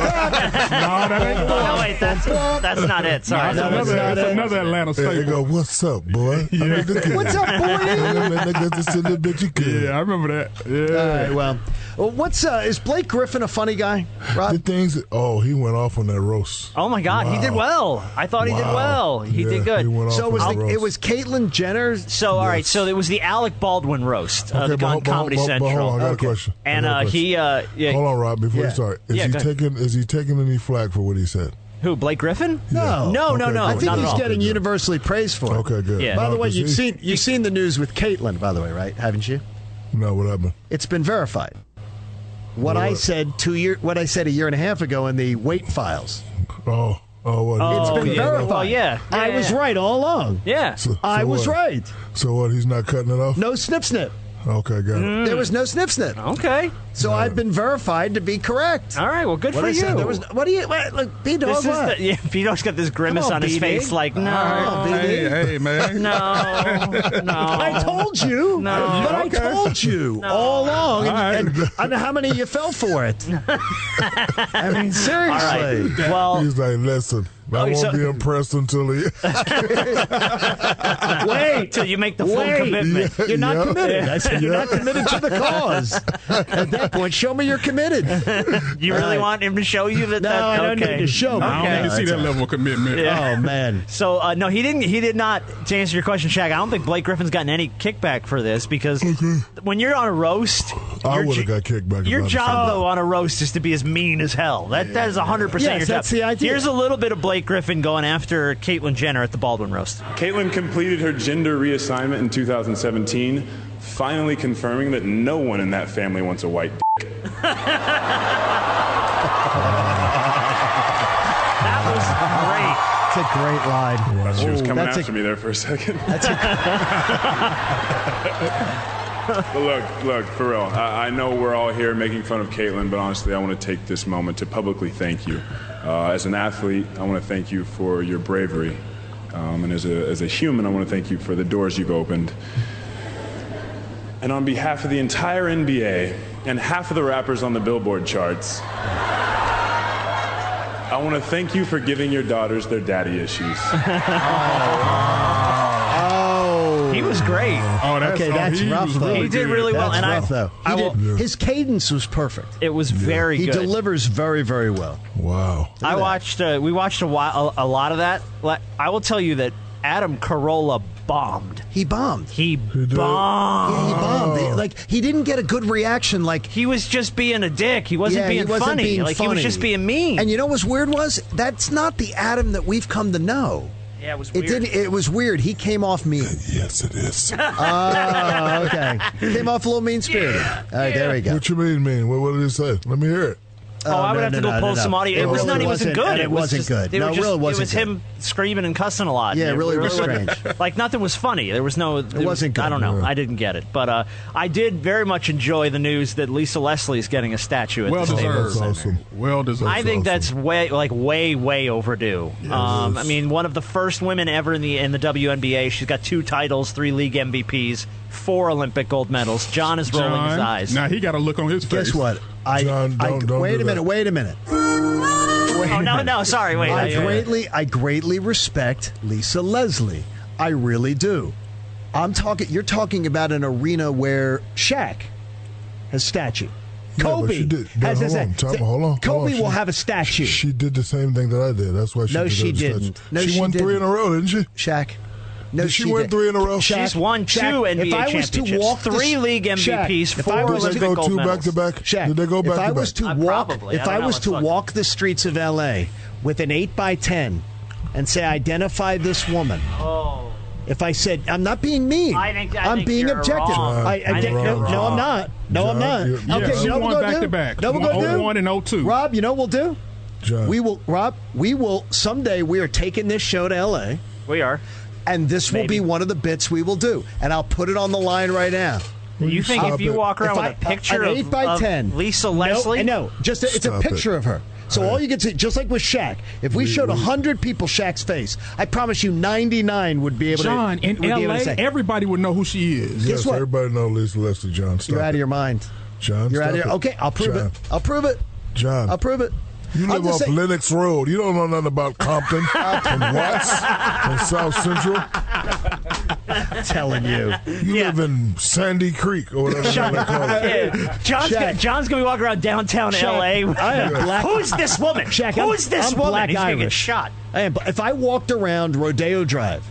S9: that ain't the
S11: Oh,
S9: one.
S11: no, wait, that's that's not it. Sorry,
S9: Nah,
S11: that
S9: that's
S11: was-
S9: another, that's
S3: it.
S9: another Atlanta
S4: Yeah, they
S9: staple.
S4: go, what's up, boy? I mean, look at
S3: What's up,
S4: you.
S3: boy?
S4: I mean, nigga, this is the bitch you kid.
S9: Yeah, I remember that.
S3: All
S9: Yeah.
S3: right, well, well, what's uh, is Blake Griffin a funny guy?
S4: The
S3: Rob,
S4: things. that- Oh, he went off on that roast.
S11: Oh my God, he did well. I
S3: Oh,
S11: thought he did
S4: Wow.
S11: well. He
S4: Yeah,
S11: did good.
S4: he went
S3: so
S4: off
S3: it was
S4: on
S3: the,
S4: roast.
S3: it was Caitlyn Jenner's.
S11: So all right, so it was the Alec Baldwin roast, uh,
S4: Okay,
S11: the
S4: but
S11: on
S4: hold- but hold-
S11: Comedy
S4: but hold on,
S11: Central,
S4: I got a question. I
S11: and
S4: got a
S11: uh,
S4: question.
S11: he uh, yeah,
S4: Hold on, Rob. Before
S3: Yeah.
S4: you start, is
S11: Yeah,
S4: he
S11: go ahead.
S4: taking? Is he taking any flack for what he said?
S11: who Blake Griffin?
S3: No.
S11: no, no,
S4: Okay, good.
S11: no.
S3: I think
S11: not at
S3: he's
S11: all.
S3: getting universally praised for it.
S4: Okay, good.
S11: Yeah.
S3: By the
S4: No,
S3: way,
S4: 'cause
S3: you've
S4: he-
S3: seen you've seen the news with Caitlyn, by the way, right? Haven't you?
S4: No, what happened?
S3: It's been verified. What I
S4: What?
S3: said two year, what I said a year and a half ago in the weight files.
S4: Oh, oh, what?
S3: It's
S11: Oh,
S3: been
S11: yeah.
S3: verified.
S11: Well, yeah. Yeah,
S3: I
S11: yeah,
S3: was
S11: yeah.
S3: right all along.
S11: Yeah.
S4: So- so
S3: I was
S4: what?
S3: right.
S4: So what? He's not cutting it off.
S3: No snip snip.
S4: Okay, got it.
S3: There was no snip snip.
S11: Okay.
S3: So I've been verified to be correct.
S11: All right. Well, good
S3: What
S11: for
S3: I
S11: you.
S3: said, there was, what do you what, look? Be dog
S11: this is
S3: what?
S11: the, yeah, Vito's got this grimace
S3: Come on,
S11: on, his
S3: BB.
S11: face, like no,
S3: All right, BB.
S9: Hey, hey, man.
S11: no, no.
S3: I told you.
S11: No.
S3: But
S9: Okay.
S3: I told you all along. And,
S9: All right.
S3: and I know how many you fell for it. I mean,
S11: All
S3: seriously.
S11: right. Well,
S4: He's like, listen,
S3: Oh,
S4: I
S11: Okay,
S4: won't
S11: so-
S4: be impressed until he.
S3: Wait.
S11: till you make the full
S3: Wait.
S11: commitment.
S3: You're not
S4: Yeah.
S3: committed. I said you're not committed to the cause. At that point, show me you're committed.
S11: You really
S3: All right.
S11: want him to show you that?
S3: No,
S11: that,
S3: I don't
S11: okay.
S3: need to show me.
S9: I don't
S11: Okay.
S9: need to see that level of commitment.
S11: Yeah.
S3: Oh man.
S11: So uh, no, he didn't. He did not. To answer your question, Shaq, I don't think Blake Griffin's gotten any kickback for this because when you're on a roast,
S4: I
S11: your
S4: would've
S11: jo-
S4: got kickback if
S11: Your
S4: I'd have
S11: job
S4: said that.
S11: though on a roast is to be as mean as hell. That that is hundred percent
S3: Yes,
S11: your job.
S3: that's the idea.
S11: Here's a little bit of Blake Griffin going after Caitlyn Jenner at the Baldwin roast.
S16: Caitlin completed her gender reassignment in 2017, finally confirming that no one in that family wants a white. D-
S11: That was
S3: It's a great line.
S16: she was coming
S3: That's a-
S16: after me there for a second. but look, look, for real. I, I know we're all here making fun of Caitlin, but honestly, I want to take this moment to publicly thank you. Uh, as an athlete, I want to thank you for your bravery. Um, and as a, as a human, I want to thank you for the doors you've opened. And on behalf of the entire NBA and half of the rappers on the Billboard charts, I want to thank you for giving your daughters their daddy issues.
S3: Oh
S11: He was great.
S9: Oh, that's-
S3: okay.
S9: oh,
S3: That's
S9: he
S3: rough.
S9: was
S3: Though.
S9: really
S11: He did good. really well,
S3: That's
S11: and I-
S3: rough, though.
S11: I
S3: He
S11: will-
S3: did- his cadence was perfect.
S11: It was very
S3: He
S11: good.
S3: delivers very, very well.
S4: Wow.
S11: I watched. Uh, we watched a while, a, a lot of that. Like, I will tell you that Adam Carolla bombed.
S3: He bombed.
S11: He bombed.
S3: Yeah, he bombed.
S11: Oh.
S3: They- like he didn't get a good reaction. Like
S11: he was just being a dick. He wasn't
S3: Yeah,
S11: being
S3: he wasn't
S11: funny.
S3: being
S11: like he was
S3: funny.
S11: just being mean.
S3: And you know what's weird was that's not the Adam that we've come to know.
S11: Yeah, it was
S3: It didn't. It was weird. He came off mean.
S4: Yes, it is.
S3: Oh, okay. Came off a little mean spirited. All right, there we go.
S4: What you mean, mean? What, what did it say? Let me hear it.
S11: Oh, I would have to go pull some audio. It, was not.
S3: really
S11: It wasn't
S3: wasn't-
S11: good.
S3: and it
S11: was
S3: wasn't
S11: just-
S3: good.
S11: they were
S3: No, it
S11: just-
S3: really wasn't
S11: It was
S3: good.
S11: him screaming and cussing a lot.
S3: Yeah, it really was
S11: wasn't-
S3: strange.
S11: Like nothing was funny. There was no. It,
S3: wasn't good.
S11: I don't know.
S3: Yeah.
S11: I didn't get it, but uh, I did very much enjoy the news that Lisa Leslie is getting a statue at
S9: Well
S11: the Staples
S9: deserved.
S11: Center.
S9: Well deserved.
S11: I think that's way, like way, way overdue. Um, I mean, one of the first women ever in the in the WNBA. She's got two titles, three league MVPs, four Olympic gold medals. John is rolling his
S9: John,
S11: eyes.
S9: Now he got a look on his face.
S3: Guess what? I, I- wait a minute. Wait a minute. Wait
S11: Oh
S3: a
S11: no,
S3: minute.
S11: no, sorry, wait.
S3: I
S11: I- uh, I-
S3: greatly, I greatly respect Lisa Leslie. I really do. I'm talking. You're talking about an arena where Shaq has statue.
S4: but
S3: Kobe
S4: she did- but
S3: has a
S4: hold on,
S3: sta-
S4: time- hold on, hold
S3: Kobe
S4: on.
S3: will
S4: She-
S3: have a statue.
S4: She did the same thing that I did. That's why she
S3: no,
S4: deserves
S3: she
S4: a statue.
S3: didn't. No,
S4: she, won three in a row. didn't she?
S3: Shaq. No,
S4: Did she win three in a row?
S11: She's won two NBA
S3: if I was to
S11: championships,
S3: walk the
S11: three
S3: s-
S11: league MVPs,
S3: Shaq, if
S11: four
S3: I was
S11: Olympic
S3: to
S11: gold
S4: Go two
S11: medals.
S4: back to back.
S3: Shaq,
S4: Did they go back
S3: if I
S4: to back?
S3: was to
S11: Uh,
S3: walk,
S11: probably. I
S3: if
S11: don't
S3: I,
S11: know.
S3: was
S11: Let's
S3: to
S11: look.
S3: walk the streets of L.A. with an eight by ten and say, "Identify this woman."
S11: Oh.
S3: If I said, "I'm not being mean,"
S11: I think- I
S3: am
S11: think
S3: being
S11: you're
S3: objective.
S11: wrong.
S3: I,
S11: I
S3: I,
S11: think
S3: no,
S11: you're
S3: no,
S11: wrong.
S3: I'm not. No, I'm
S4: John,
S3: not.
S4: you're-
S3: okay,
S4: yeah,
S3: you
S4: she
S3: know
S4: won
S3: what we're gonna
S4: back
S3: do?
S4: to back.
S3: No, we're gonna do
S9: 01 and 02.
S3: Rob, you know what we'll do?
S4: John.
S3: We will, Rob. We will someday. We are taking this show to L.A.
S11: We are.
S3: And this will be one of the bits we will do. And I'll put it on the line right now.
S11: You think if you walk around
S3: If
S11: with
S3: I-
S11: a picture
S3: an
S11: of-
S3: eight by
S11: of
S3: ten,
S11: Lisa
S3: No,
S11: Leslie?
S3: No, just a, it's
S11: Stop
S3: a
S11: it.
S3: picture of her. So all you can see, just like with Shaq, if we, showed showed hundred people Shaq's face, I promise you, ninety nine would be able
S9: John,
S3: to.
S9: in
S3: would be able
S9: LA,
S3: to say,
S9: everybody would know who she is.
S3: Guess
S4: yes,
S3: what?
S4: everybody know Lisa Leslie. John, stop
S3: you're out
S4: it.
S3: of your mind.
S4: John,
S3: You're out of
S4: stop
S3: your.
S4: it.
S3: Okay, I'll prove
S4: John.
S3: it. I'll prove it.
S4: John,
S3: I'll prove it.
S4: You
S3: I'm
S4: live
S3: just
S4: off
S3: saying-
S4: Lennox Road. You don't know nothing about Compton and Watts and South Central.
S3: telling you.
S4: You live in Sandy Creek or whatever
S11: Shaq.
S4: they call it.
S11: Yeah. John's,
S3: Shaq.
S11: gonna, John's gonna be walking around downtown
S3: Shaq,
S11: LA.
S3: I am black.
S11: Who's this woman?
S3: Shaq, I'm-
S11: Who's this
S3: I'm
S11: woman?
S3: Black
S11: He's gonna get
S3: Irish.
S11: shot.
S3: I am. If I walked around Rodeo Drive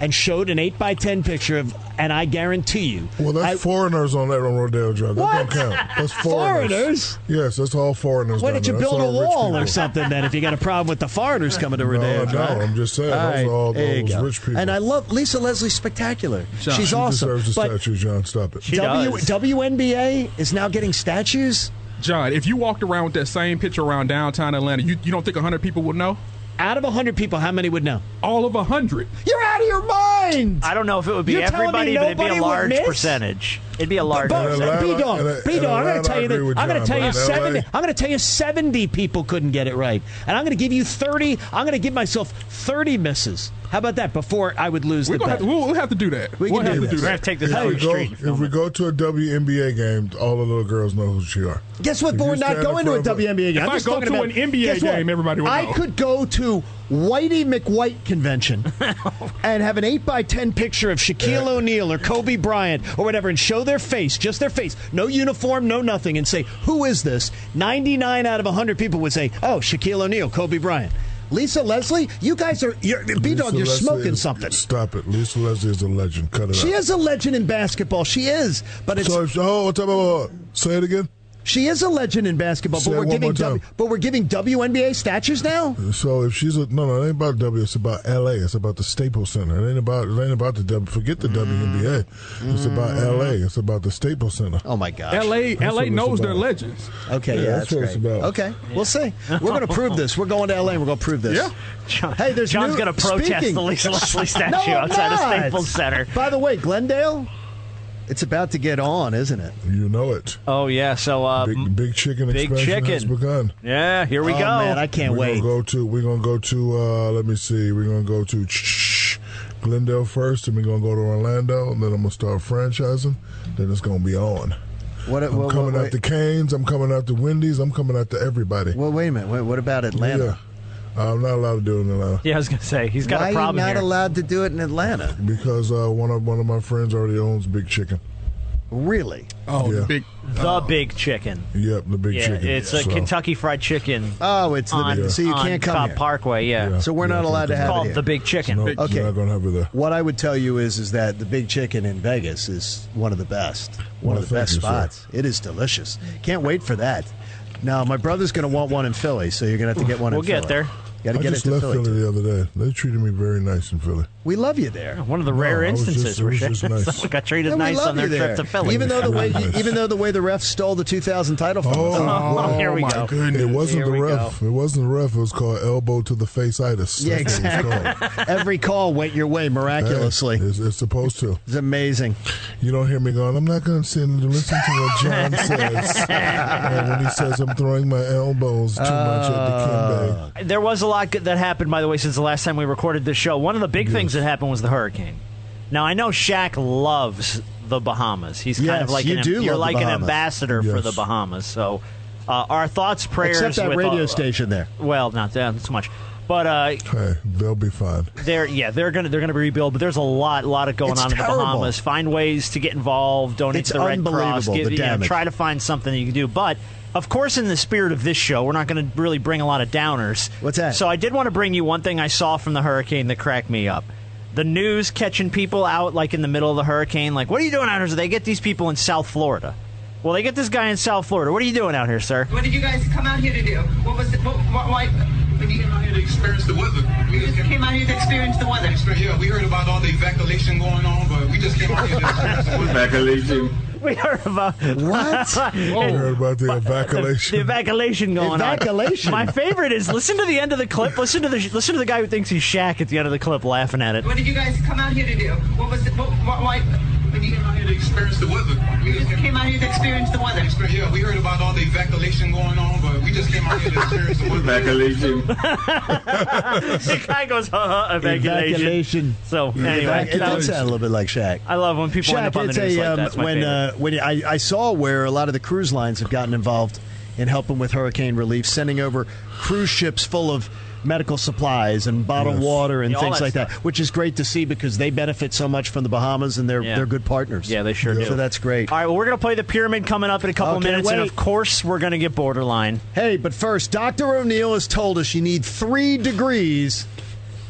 S3: and showed an eight by ten picture of, and I guarantee you,
S4: Well, that's foreigners on that on Rodeo Drive. That
S3: What?
S4: don't count. That's foreigners.
S3: Foreigners?
S4: Yes, that's all foreigners.
S3: why
S4: down
S3: don't you
S4: there. That's
S3: build a
S4: all rich
S3: wall or
S4: people.
S3: something? Then, if you got a problem with the foreigners coming to Rodeo
S4: no,
S3: Drive,
S4: I'm just saying,
S3: All
S4: those are all
S3: there you
S4: those
S3: go.
S4: rich people.
S3: And I love Lisa Leslie's spectacular.
S4: John,
S3: She's
S4: she
S3: awesome.
S4: deserves a
S3: But
S4: statue, John. Stop it.
S3: W- WNBA is now getting statues.
S9: John, if you walked around with that same picture around downtown Atlanta, you, you don't think 100 people would know?
S3: Out of 100 people, how many would know?
S9: All of 100.
S3: You're out of your mind.
S11: I don't know if it would be
S3: You're telling me
S11: everybody, but it'd be
S3: nobody
S11: a
S3: would
S11: large
S3: miss?
S11: percentage. It'd be a large
S3: But
S11: percentage.
S3: B
S4: and
S3: dog,
S4: I-
S3: B
S4: and
S3: dog. I'm
S4: I
S3: going to tell you
S4: agree
S3: that.
S4: with
S3: I'm going to
S4: John,
S3: tell
S4: but
S3: you
S4: in LA
S3: seventy. I'm going to tell you seventy people couldn't get it right, and I'm going to give you thirty. I'm going to give myself thirty misses. How about that? Before I would lose
S9: We're
S3: the
S9: gonna
S3: bet.
S9: have to, we'll, we'll have to do that.
S3: We
S9: we'll
S3: can
S9: have
S3: do
S9: to do
S3: this. We're
S9: that.
S3: gonna have to
S11: take this
S4: If
S11: out
S4: we
S11: the
S4: go-
S11: street and
S4: If
S11: film
S4: we
S11: it.
S4: go to a WNBA game, all the little girls know who she are.
S3: Guess what?
S4: If
S3: But
S4: you
S3: we're not
S4: stand
S3: going to a
S4: in front of
S3: WNBA game.
S9: If
S3: I'm
S9: I
S3: just
S9: go
S3: talking
S9: to
S3: about-
S9: an NBA
S3: guess what?
S9: game, everybody would
S3: I
S9: know.
S3: could go to Whitey McWhite convention and have an eight by ten picture of Shaquille O'Neal or Kobe Bryant or whatever, and show their face, just their face, no uniform, no nothing, and say, "Who is this?" Ninety nine out of hundred people would say, "Oh, Shaquille O'Neal, Kobe Bryant." Lisa Leslie, you guys are you're, B
S4: Lisa
S3: Dog. You're
S4: Leslie
S3: smoking
S4: is-
S3: something.
S4: Stop it. Lisa Leslie is a legend. Cut it
S3: She
S4: out.
S3: is a legend in basketball. She is, but it's
S4: So, if- oh, what's up, oh, oh, Say it again.
S3: she is a legend in basketball.
S4: Say
S3: But
S4: it
S3: we're
S4: one
S3: giving
S4: more
S3: w,
S4: time.
S3: but we're giving WNBA statues now.
S11: Mm-hmm.
S4: So if she's a no, no, it ain't about W. It's about L.A. It's about the Staples Center. It ain't about it ain't about the W. Forget the WNBA. It's about L.A. It's about the Staples Center.
S3: Oh my gosh.
S9: LA,
S4: That's
S9: LA
S4: what it's
S9: knows their
S4: about.
S9: legends.
S3: Okay, yeah,
S4: Yeah,
S3: that's,
S4: that's what it's
S3: great.
S4: about.
S3: Okay, we'll see. We're going to prove this. We're going to LA. and We're going to prove this.
S9: Yeah.
S11: John-
S3: Hey, there's
S11: John's
S3: new-
S11: gonna protest
S3: speaking-
S11: the Lisa Leslie statue
S3: No, I'm
S11: outside of
S3: not.
S11: Staples Center.
S3: By the way, Glendale, it's about to get on, isn't it?
S4: You know it.
S11: Oh yeah, so uh,
S4: Big, big chicken
S11: Big
S4: expansion
S11: Chicken.
S4: has begun.
S11: yeah, here we
S3: oh
S11: go.
S3: man, I can't
S4: we're
S3: wait.
S4: Gonna go to we're gonna go to uh, let me see. We're gonna go to Ch- Glendale first, and we're gonna go to Orlando, and then I'm gonna start franchising. Then it's gonna be on.
S3: What?
S4: I'm
S3: what-
S4: coming
S3: what-
S4: after Canes. I'm coming after Wendy's. I'm coming after everybody.
S3: Well, wait a minute. Wait, what about Atlanta?
S4: Yeah. I'm not allowed to do it in Atlanta.
S11: Yeah, I was gonna say he's got
S3: Why
S11: a problem
S3: are you not
S11: here.
S3: allowed to do it in Atlanta?
S4: Because uh, one of one of my friends already owns Big Chicken.
S3: Really?
S4: Oh, yeah.
S11: the big chicken.
S4: Yep, the Big
S11: yeah,
S4: Chicken.
S11: it's a
S4: So- uh,
S11: Kentucky Fried Chicken.
S3: Oh, it's the
S11: on,
S3: big- so you
S11: on
S3: can't come
S11: Cobb
S3: here.
S11: Parkway. Yeah.
S3: So we're not allowed to have it
S11: called
S3: here.
S11: the Big Chicken.
S3: okay.
S4: not gonna have it there.
S3: What I would tell you is, is that the Big Chicken in Vegas is one of the best, one
S4: Well,
S3: of the
S4: thank
S3: best
S4: you, sir.
S3: spots. It is delicious. Can't wait for that. Now my brother's going to want one in Philly, so you're going to have to get one.
S11: We'll
S3: in
S11: get
S3: Philly.
S11: there.
S3: Got to
S4: I
S3: get it
S4: just
S3: to
S4: left
S3: Philly.
S4: Philly the other day. They treated me very nice in Philly.
S3: We love you there.
S11: One of the
S4: No,
S11: rare
S4: I was just-
S11: instances
S4: it
S11: where
S4: was
S11: shit
S4: just nice.
S11: got treated
S3: Yeah, we
S11: nice
S3: love
S11: on their
S3: you there.
S11: trip to Philly.
S3: Even though the way,
S4: Nice.
S3: even though the way the ref stole the 2000 title from us.
S4: wow.
S11: here we
S4: my
S11: go.
S4: Oh, It wasn't
S11: Here we
S4: the ref. It wasn't the ref. It was called elbow to the face itis.
S3: Yeah, exactly. Every call went your way miraculously.
S4: It's, it's supposed to.
S3: It's amazing.
S4: You don't hear me going, I'm not going to sit and listen to what John says. And when he says I'm throwing my elbows too much at the King Bay.
S11: There was a lot that happened, by the way, since the last time we recorded this show. One of the big things that happened was the hurricane. Now I know Shaq loves the Bahamas. He's kind
S3: Yes,
S11: of like
S3: you
S11: an,
S3: do
S11: you're
S3: love the
S11: like an
S3: Bahamas.
S11: ambassador for
S3: Yes.
S11: the Bahamas. So uh, our thoughts, prayers,
S3: Except that
S11: with
S3: radio
S11: all-
S3: station there.
S11: Well, not that so much, but uh,
S4: Hey, they'll be fine.
S11: they're yeah they're gonna they're gonna be rebuilt. But there's a lot lot of going
S3: It's
S11: on in
S3: terrible.
S11: the Bahamas. Find ways to get involved. Donate
S3: It's
S11: to the Red Cross.
S3: unbelievable, the
S11: you know,
S3: damage.
S11: try to find something that you can do. But of course, in the spirit of this show, we're not going to really bring a lot of downers.
S3: What's that?
S11: So I did want to bring you one thing I saw from the hurricane that cracked me up. The news catching people out like in the middle of the hurricane. Like, what are you doing out here? They get these people in South Florida. Well, they get this guy in South Florida. What are you doing out here, sir?
S17: What did you guys come out here to do? What was it? What, what, why? We came out here to experience the weather. We just came out here to experience the weather.
S18: Yeah, we heard about all the evacuation going on, but we just came out here to
S16: Evacuation.
S11: We heard about
S3: what?
S4: You heard about the evacuation?
S11: The evacuation going
S3: Evacuation.
S11: on. My favorite is listen to the end of the clip. Listen to the listen to the guy who thinks he's Shaq at the end of the clip, laughing at it.
S17: What did you guys come out here to do? What was it? What, what, why? We came out here to experience the weather. We just came out here to experience the weather.
S18: Yeah, we heard about all the evacuation going on, but we just came out here to experience the weather. Evacuation.
S11: the guy goes, "Ha ha, evacuation."
S3: Evacuation.
S11: So anyway,
S3: it
S11: that
S3: does
S11: was-
S3: sound a little bit like Shaq.
S11: I love when people end up on the
S3: it's
S11: news
S3: a,
S11: like
S3: um,
S11: that. It's my
S3: when
S11: favorite.
S3: uh, when I, I saw where a lot of the cruise lines have gotten involved in helping with hurricane relief, sending over cruise ships full of medical supplies and bottled
S11: Yes.
S3: water and
S11: Yeah, all
S3: things
S11: that
S3: like that, which is great to see because they benefit so much from the Bahamas and they're
S11: Yeah.
S3: they're good partners.
S11: Yeah, they sure do.
S3: uh, So that's great.
S11: All right, well, we're gonna play the pyramid coming up in a couple of
S3: Okay,
S11: minutes, and
S3: wait.
S11: of course, we're gonna get borderline.
S3: Hey, but first, Dr. O'Neill has told us you need three degrees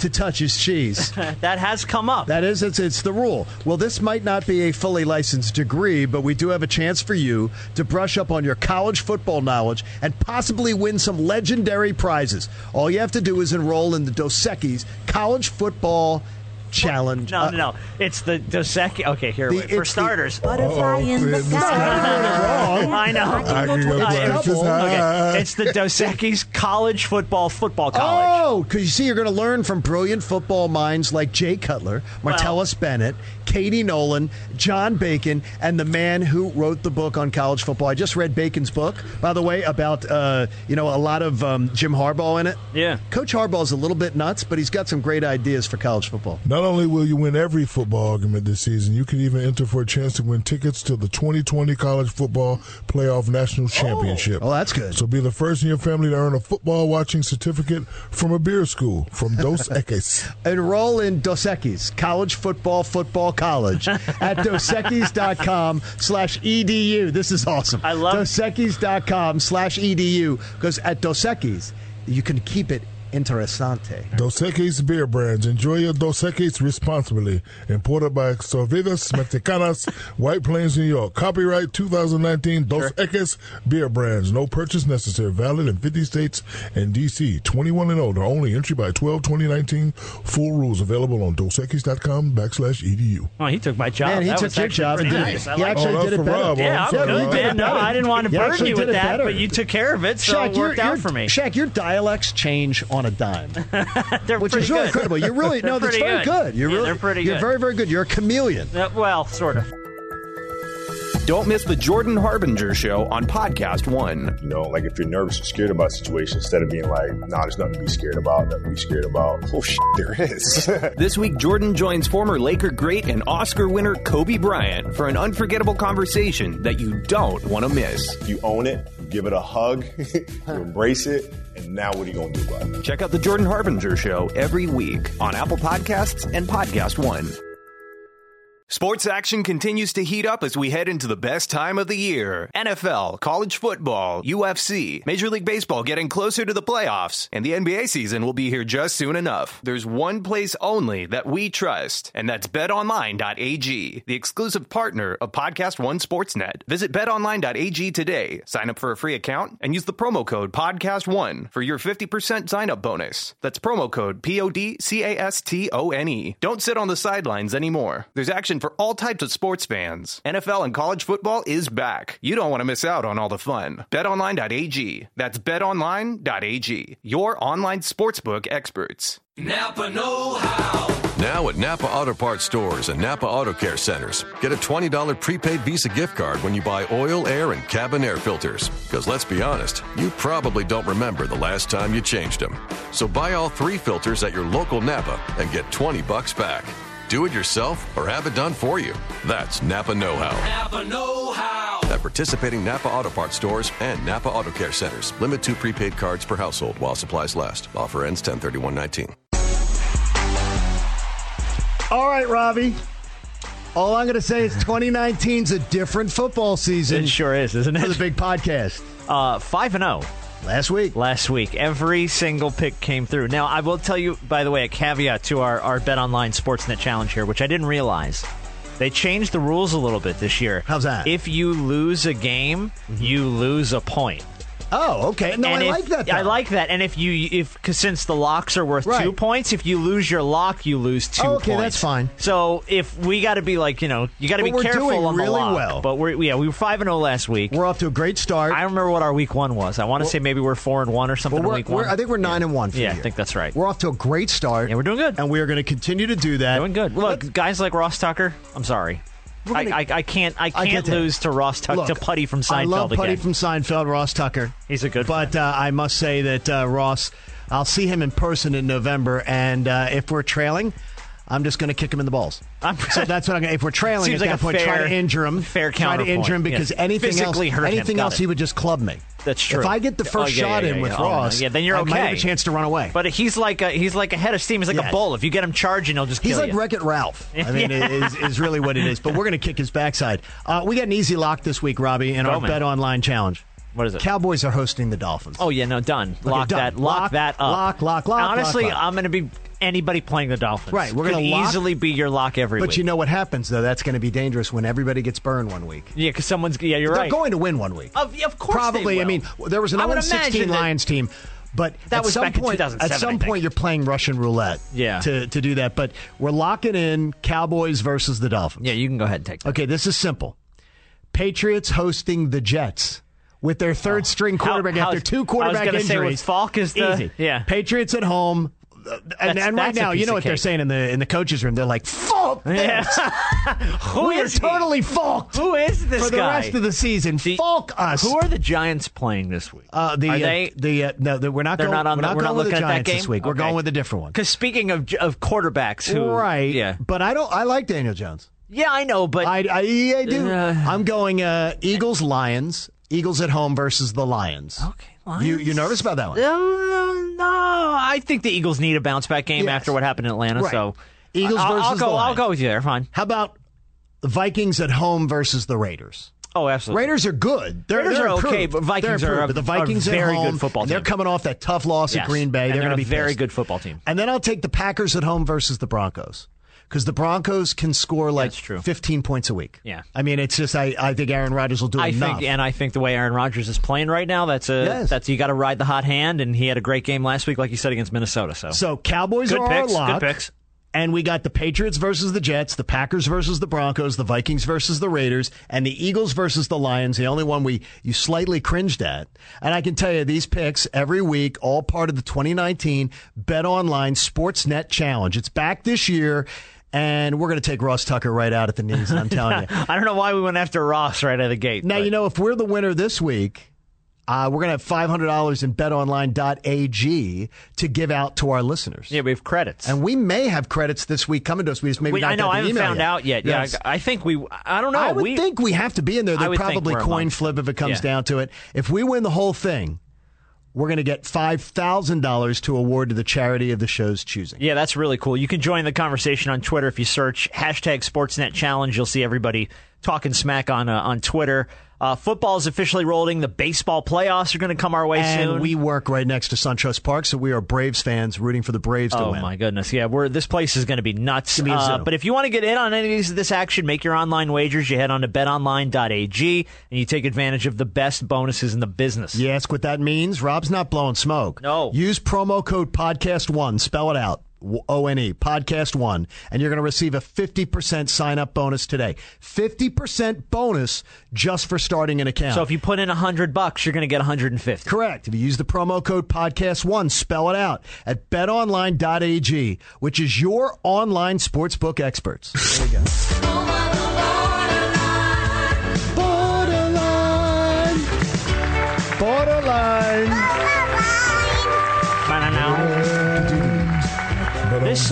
S3: to touch his cheese.
S11: That has come up.
S3: That is, it's, it's the rule. Well, this might not be a fully licensed degree, but we do have a chance for you to brush up on your college football knowledge and possibly win some legendary prizes. All you have to do is enroll in the Dos Equis College Football Challenge.
S11: No, no, no. It's the Dosecki. Okay, here.
S3: uh, The-
S11: wait. For
S3: it's the-
S11: starters,
S3: Butterfly in the sky. wrong.
S11: I know.
S3: I can go
S11: It's-
S3: twice as high.
S11: okay, It's the Dosecki's College Football Football College.
S3: Uh, Oh, because you see, you're going to learn from brilliant football minds like Jay Cutler, Martellus Bennett, Katie Nolan, John Bacon, and the man who wrote the book on college football. I just read Bacon's book, by the way, about uh, you know a lot of um, Jim Harbaugh in it.
S11: Yeah,
S3: Coach Harbaugh's a little bit nuts, but he's got some great ideas for college football.
S4: Not only will you win every football argument this season, you can even enter for a chance to win tickets to the 2020 College Football Playoff National Championship.
S3: Oh, that's good.
S4: So be the first in your family to earn a football watching certificate from a beer school, from Dos Equis.
S3: Enroll in Dos Equis, College Football Football College, at dosequis.com slash edu. This is awesome. I love dosequis.com slash E edu because at Dos Equis, you can keep it interessante.
S4: Dos Equis beer brands. Enjoy your Dos Equis responsibly. Imported by Sorvidas Mexicanas, White Plains, New York. Copyright 2019 Dos Equis beer brands. No purchase necessary. Valid in 50 states and DC. 21 and older. Only entry by 12 2019. Full rules available on dosequis.com backslash E edu.
S11: Oh, he took my job.
S3: Man, he
S11: That
S3: took
S11: was
S3: your
S11: actually
S3: job and
S11: pretty
S3: did it.
S11: nice. I
S3: He
S11: like
S3: actually
S11: that.
S3: Oh, did that's it for better. Rob.
S11: Yeah, I'm
S3: Yeah, you
S11: good,
S3: did it
S11: man. No,
S3: better.
S11: I didn't want to
S3: You
S11: burden
S3: actually
S11: you
S3: did
S11: with
S3: it
S11: that,
S3: better.
S11: but you took care of it, so it
S3: your-
S11: worked out
S3: your-
S11: for me.
S3: Shaq, your dialects change on a dime, which
S11: pretty
S3: is really
S11: good.
S3: incredible. You're really
S11: They're
S3: no, that's
S11: pretty
S3: very
S11: good.
S3: good. You're
S11: Yeah,
S3: really
S11: they're pretty
S3: You're
S11: good.
S3: very very good. You're a chameleon.
S11: Uh, well, sort of.
S1: Don't miss the Jordan Harbinger show on Podcast One.
S19: You know, like if you're nervous or scared about a situation, instead of being like, nah, there's nothing to be scared about, nothing to be scared about. Oh, shit, there is.
S1: this week, Jordan joins former Laker great and Oscar winner Kobe Bryant for an unforgettable conversation that you don't want to miss.
S19: you own it,
S20: give it a hug, you embrace it, and now what are you going to do about it?
S1: Check out the Jordan Harbinger Show every week on Apple Podcasts and Podcast One. Sports action continues to heat up as we head into the best time of the year. NFL, college football, UFC, Major League Baseball getting closer to the playoffs, and the NBA season will be here just soon enough. There's one place only that we trust, and that's betonline.ag, the exclusive partner of Podcast One Sportsnet. Visit betonline.ag today, sign up for a free account, and use the promo code PODCAST1 for your 50% sign up bonus. That's promo code P O D C A S T O N E. Don't sit on the sidelines anymore. There's action for all types of sports fans. NFL and college football is back. You don't want to miss out on all the fun. BetOnline.ag. That's BetOnline.ag. Your online sportsbook experts.
S21: Napa know how.
S15: Now at Napa Auto Parts stores and Napa Auto Care centers, get a $20 prepaid Visa gift card when you buy oil, air, and cabin air filters. Because let's be honest, you probably don't remember the last time you changed them. So buy all three filters at your local Napa and get 20 bucks back. Do it yourself or have it done for you. That's Napa Know How.
S21: Napa know how.
S15: At participating Napa Auto Parts stores and Napa Auto Care centers, limit two prepaid cards per household while supplies last. Offer ends 103119.
S3: All right, Robbie. All I'm going to say is 2019's a different football season.
S11: It sure is, isn't it?
S3: For the big podcast.
S11: Uh, five and zero.
S3: Last week.
S11: Last week. Every single pick came through. Now, I will tell you, by the way, a caveat to our, our Bet Online Sportsnet Challenge here, which I didn't realize. They changed the rules a little bit this year. How's
S3: that?
S11: If you lose a game, you lose a point.
S3: Oh, okay. No,
S11: And
S3: I
S11: if-
S3: like that.
S11: I
S3: though.
S11: like that. And if you, if, cause since the locks are worth
S3: Right.
S11: two points, if you lose your lock, you lose two
S3: Oh, okay,
S11: points.
S3: that's fine.
S11: So if we got to be like, you know, you got to
S3: But
S11: be
S3: we're
S11: careful
S3: doing
S11: on the
S3: really
S11: lock.
S3: well.
S11: But we're, yeah, we were 5 and 0 last week. We're
S3: off to a great start.
S11: I remember what our week one was. I want to say maybe we're 4 and 1 or something
S3: Well,
S11: in
S3: we're-
S11: week
S3: we're-
S11: one.
S3: I think we're nine and one. For the
S11: yeah, I
S3: year.
S11: think that's right.
S3: We're off to a great start. Yeah,
S11: we're doing good,
S3: and we are going to continue to do that.
S11: Doing good. Look, guys like Ross Tucker, I'm sorry. I, I, I can't I
S3: I get
S11: can't
S3: that.
S11: lose to Ross Tucker
S3: Look,
S11: to Putty from Seinfeld
S3: I love Putty
S11: again.
S3: from Seinfeld, Ross Tucker.
S11: He's a good
S3: But uh, I must say that uh, Ross, I'll see him in person in November, and uh, if we're trailing, I'm just going to kick him in the balls. so that's what I'm going to If we're trailing
S11: Seems
S3: at
S11: like
S3: that
S11: a
S3: point, try
S11: fair-
S3: to injure him.
S11: fair
S3: Try to injure him
S11: counterpoint,
S3: because
S11: yeah.
S3: anything
S11: Physically
S3: else,
S11: hurt him,
S3: anything
S11: got
S3: else,
S11: it.
S3: he would just club me.
S11: That's true.
S3: If I get the
S11: Oh,
S3: first
S11: yeah,
S3: shot
S11: yeah,
S3: in
S11: yeah,
S3: with
S11: yeah. Oh, no.
S3: Ross,
S11: yeah, then you're
S3: I
S11: okay.
S3: might have a chance to run away.
S11: But he's like a, he's like a head of steam. He's like
S3: Yes.
S11: a bull. If you get him charging, he'll just
S3: He's
S11: kill
S3: like
S11: you.
S3: Wreck It Ralph. I mean,
S11: Yeah.
S3: is, is really what it is. But we're going to kick his backside. Uh, we got an easy lock this week, Robbie, in our
S11: Bowman.
S3: Bet Online Challenge.
S11: What is it?
S3: Cowboys are hosting the Dolphins.
S11: Oh yeah, no, done.
S3: Okay,
S11: Lock
S3: done.
S11: that. Lock,
S3: Lock,
S11: that up.
S3: lock, lock, lock, lock,
S11: Honestly,
S3: lock.
S11: I'm going to be anybody playing the Dolphins.
S3: Right, we're
S11: Could
S3: gonna lock-
S11: easily be your lock every
S3: but
S11: week.
S3: you know what happens, though? That's going to be dangerous when everybody gets burned one week.
S11: yeah, because someone's yeah, you're
S3: They're
S11: right.
S3: going to win one week.
S11: of, of course, they
S3: Probably. I
S11: will.
S3: mean, there was an
S11: I would
S3: 0 16
S11: imagine that-
S3: Lions team. But
S11: That
S3: at
S11: was
S3: some
S11: back in
S3: point, at
S11: 2007, I
S3: some
S11: think.
S3: point, you're playing Russian roulette.
S11: Yeah.
S3: To, to do that, but we're locking in Cowboys versus the Dolphins.
S11: Yeah, you can go ahead and take.
S3: Okay, this is simple. Patriots hosting the Jets with their third string quarterback
S11: Oh. how
S3: after
S11: is- I
S3: two
S11: was
S3: quarterback
S11: gonna say,
S3: injuries.
S11: with Falk is the-
S3: Easy.
S11: yeah.
S3: Patriots at home. uh, And,
S11: That's-
S3: and right
S11: that's a
S3: now, you
S11: piece
S3: know
S11: of
S3: what they're
S11: cake.
S3: saying in the in the coaches' room. They're like, "Fuck this!
S11: Who
S3: we are
S11: is he?
S3: totally fucked."
S11: Who is this
S3: for the
S11: guy?
S3: rest of the season? Fuck us.
S11: Who are the Giants playing this week?
S3: Uh, the
S11: Are
S3: uh,
S11: they-
S3: the uh, no, the, we're not
S11: They're
S3: going.
S11: not on
S3: we're
S11: the-
S3: not
S11: we're not
S3: going with the
S11: looking at that
S3: Giants this
S11: game?
S3: week. We're
S11: Okay.
S3: going with a different one.
S11: Because speaking of of quarterbacks, who
S3: right?
S11: Yeah,
S3: But I don't. I like Daniel Jones.
S11: yeah, I know, but
S3: I, I, I do. I'm going uh, Eagles Lions. Eagles at home versus the Lions. Okay, You you nervous about that one?
S11: No, no, I think the Eagles need a bounce back game
S3: Yes.
S11: after what happened in Atlanta.
S3: Right.
S11: So
S3: Eagles
S11: I- I'll,
S3: versus
S11: I'll go.
S3: the
S11: I'll
S3: Lions.
S11: go with you there. Fine.
S3: How about the Vikings at home versus the Raiders?
S11: Oh, absolutely.
S3: Raiders are good. They're,
S11: Raiders
S3: they're
S11: are okay,
S3: improved.
S11: but Vikings
S3: They're
S11: are a-
S3: improved, but the Vikings
S11: are a very
S3: at home,
S11: good football
S3: and They're
S11: team.
S3: coming off that tough loss
S11: Yes.
S3: at Green Bay. they're
S11: And they're
S3: going to
S11: a
S3: be
S11: very
S3: pissed.
S11: good football team.
S3: And then I'll take the Packers at home versus the Broncos because the Broncos can score like 15 points a week.
S11: Yeah.
S3: I mean, it's just I, I think Aaron Rodgers will do
S11: I
S3: enough.
S11: think, and I think the way Aaron Rodgers is playing right now, that's a
S3: Yes.
S11: that's you got to ride the hot hand, and he had a great game last week, like you said against Minnesota. So,
S3: So Cowboys
S11: Good
S3: are
S11: picks, good
S3: our lock.
S11: picks.
S3: And we got the Patriots versus the Jets, the Packers versus the Broncos, the Vikings versus the Raiders, and the Eagles versus the Lions. The only one we you slightly cringed at. And I can tell you these picks every week, all part of the 2019 Bet Online Sportsnet Challenge. It's back this year, and we're going to take Ross Tucker right out at the knees. I'm telling you.
S11: I don't know why we went after Ross right out of the gate.
S3: Now you know if we're the winner this week, Uh, we're going to have $500 in betonline.ag to give out to our listeners.
S11: Yeah, we have credits.
S3: And we may have credits this week coming to us. We just maybe
S11: We-
S3: not
S11: I know.
S3: got the
S11: I haven't
S3: email
S11: found out yet.
S3: Yes.
S11: Yeah, I, I think we. I don't know.
S3: I would
S11: we,
S3: think we have to be in there.
S11: I
S3: They
S11: would think
S3: probably
S11: we're
S3: coin
S11: among-
S3: flip if it comes
S11: Yeah.
S3: down to it. If we win the whole thing, we're going to get $5,000 to award to the charity of the show's choosing.
S11: Yeah, that's really cool. You can join the conversation on Twitter if you search hashtag Sportsnet Challenge. You'll see everybody talking smack on uh, on Twitter. Uh, football is officially rolling. The baseball playoffs are going to come our way
S3: and
S11: soon.
S3: we work right next to SunTrust Park, so we are Braves fans rooting for the Braves to
S11: oh
S3: win.
S11: my goodness! Yeah, we're this place is going to be nuts.
S3: Give me a
S11: Uh,
S3: zoo.
S11: but if you want to get in on any of this action, make your online wagers. You head on to betonline.ag and you take advantage of the best bonuses in the business.
S3: You ask what that means? Rob's not blowing smoke. No. Use promo code podcast1, spell it out. W- O N E, podcast one, and you're going to receive a 50% sign up bonus today. 50% bonus just for starting an account.
S11: So if you put in hundred bucks, you're going to get 150.
S3: Correct. If you use the promo code podcast1, spell it out at betonline.ag, which is your online sportsbook experts. There we go. Borderline. Borderline.
S11: This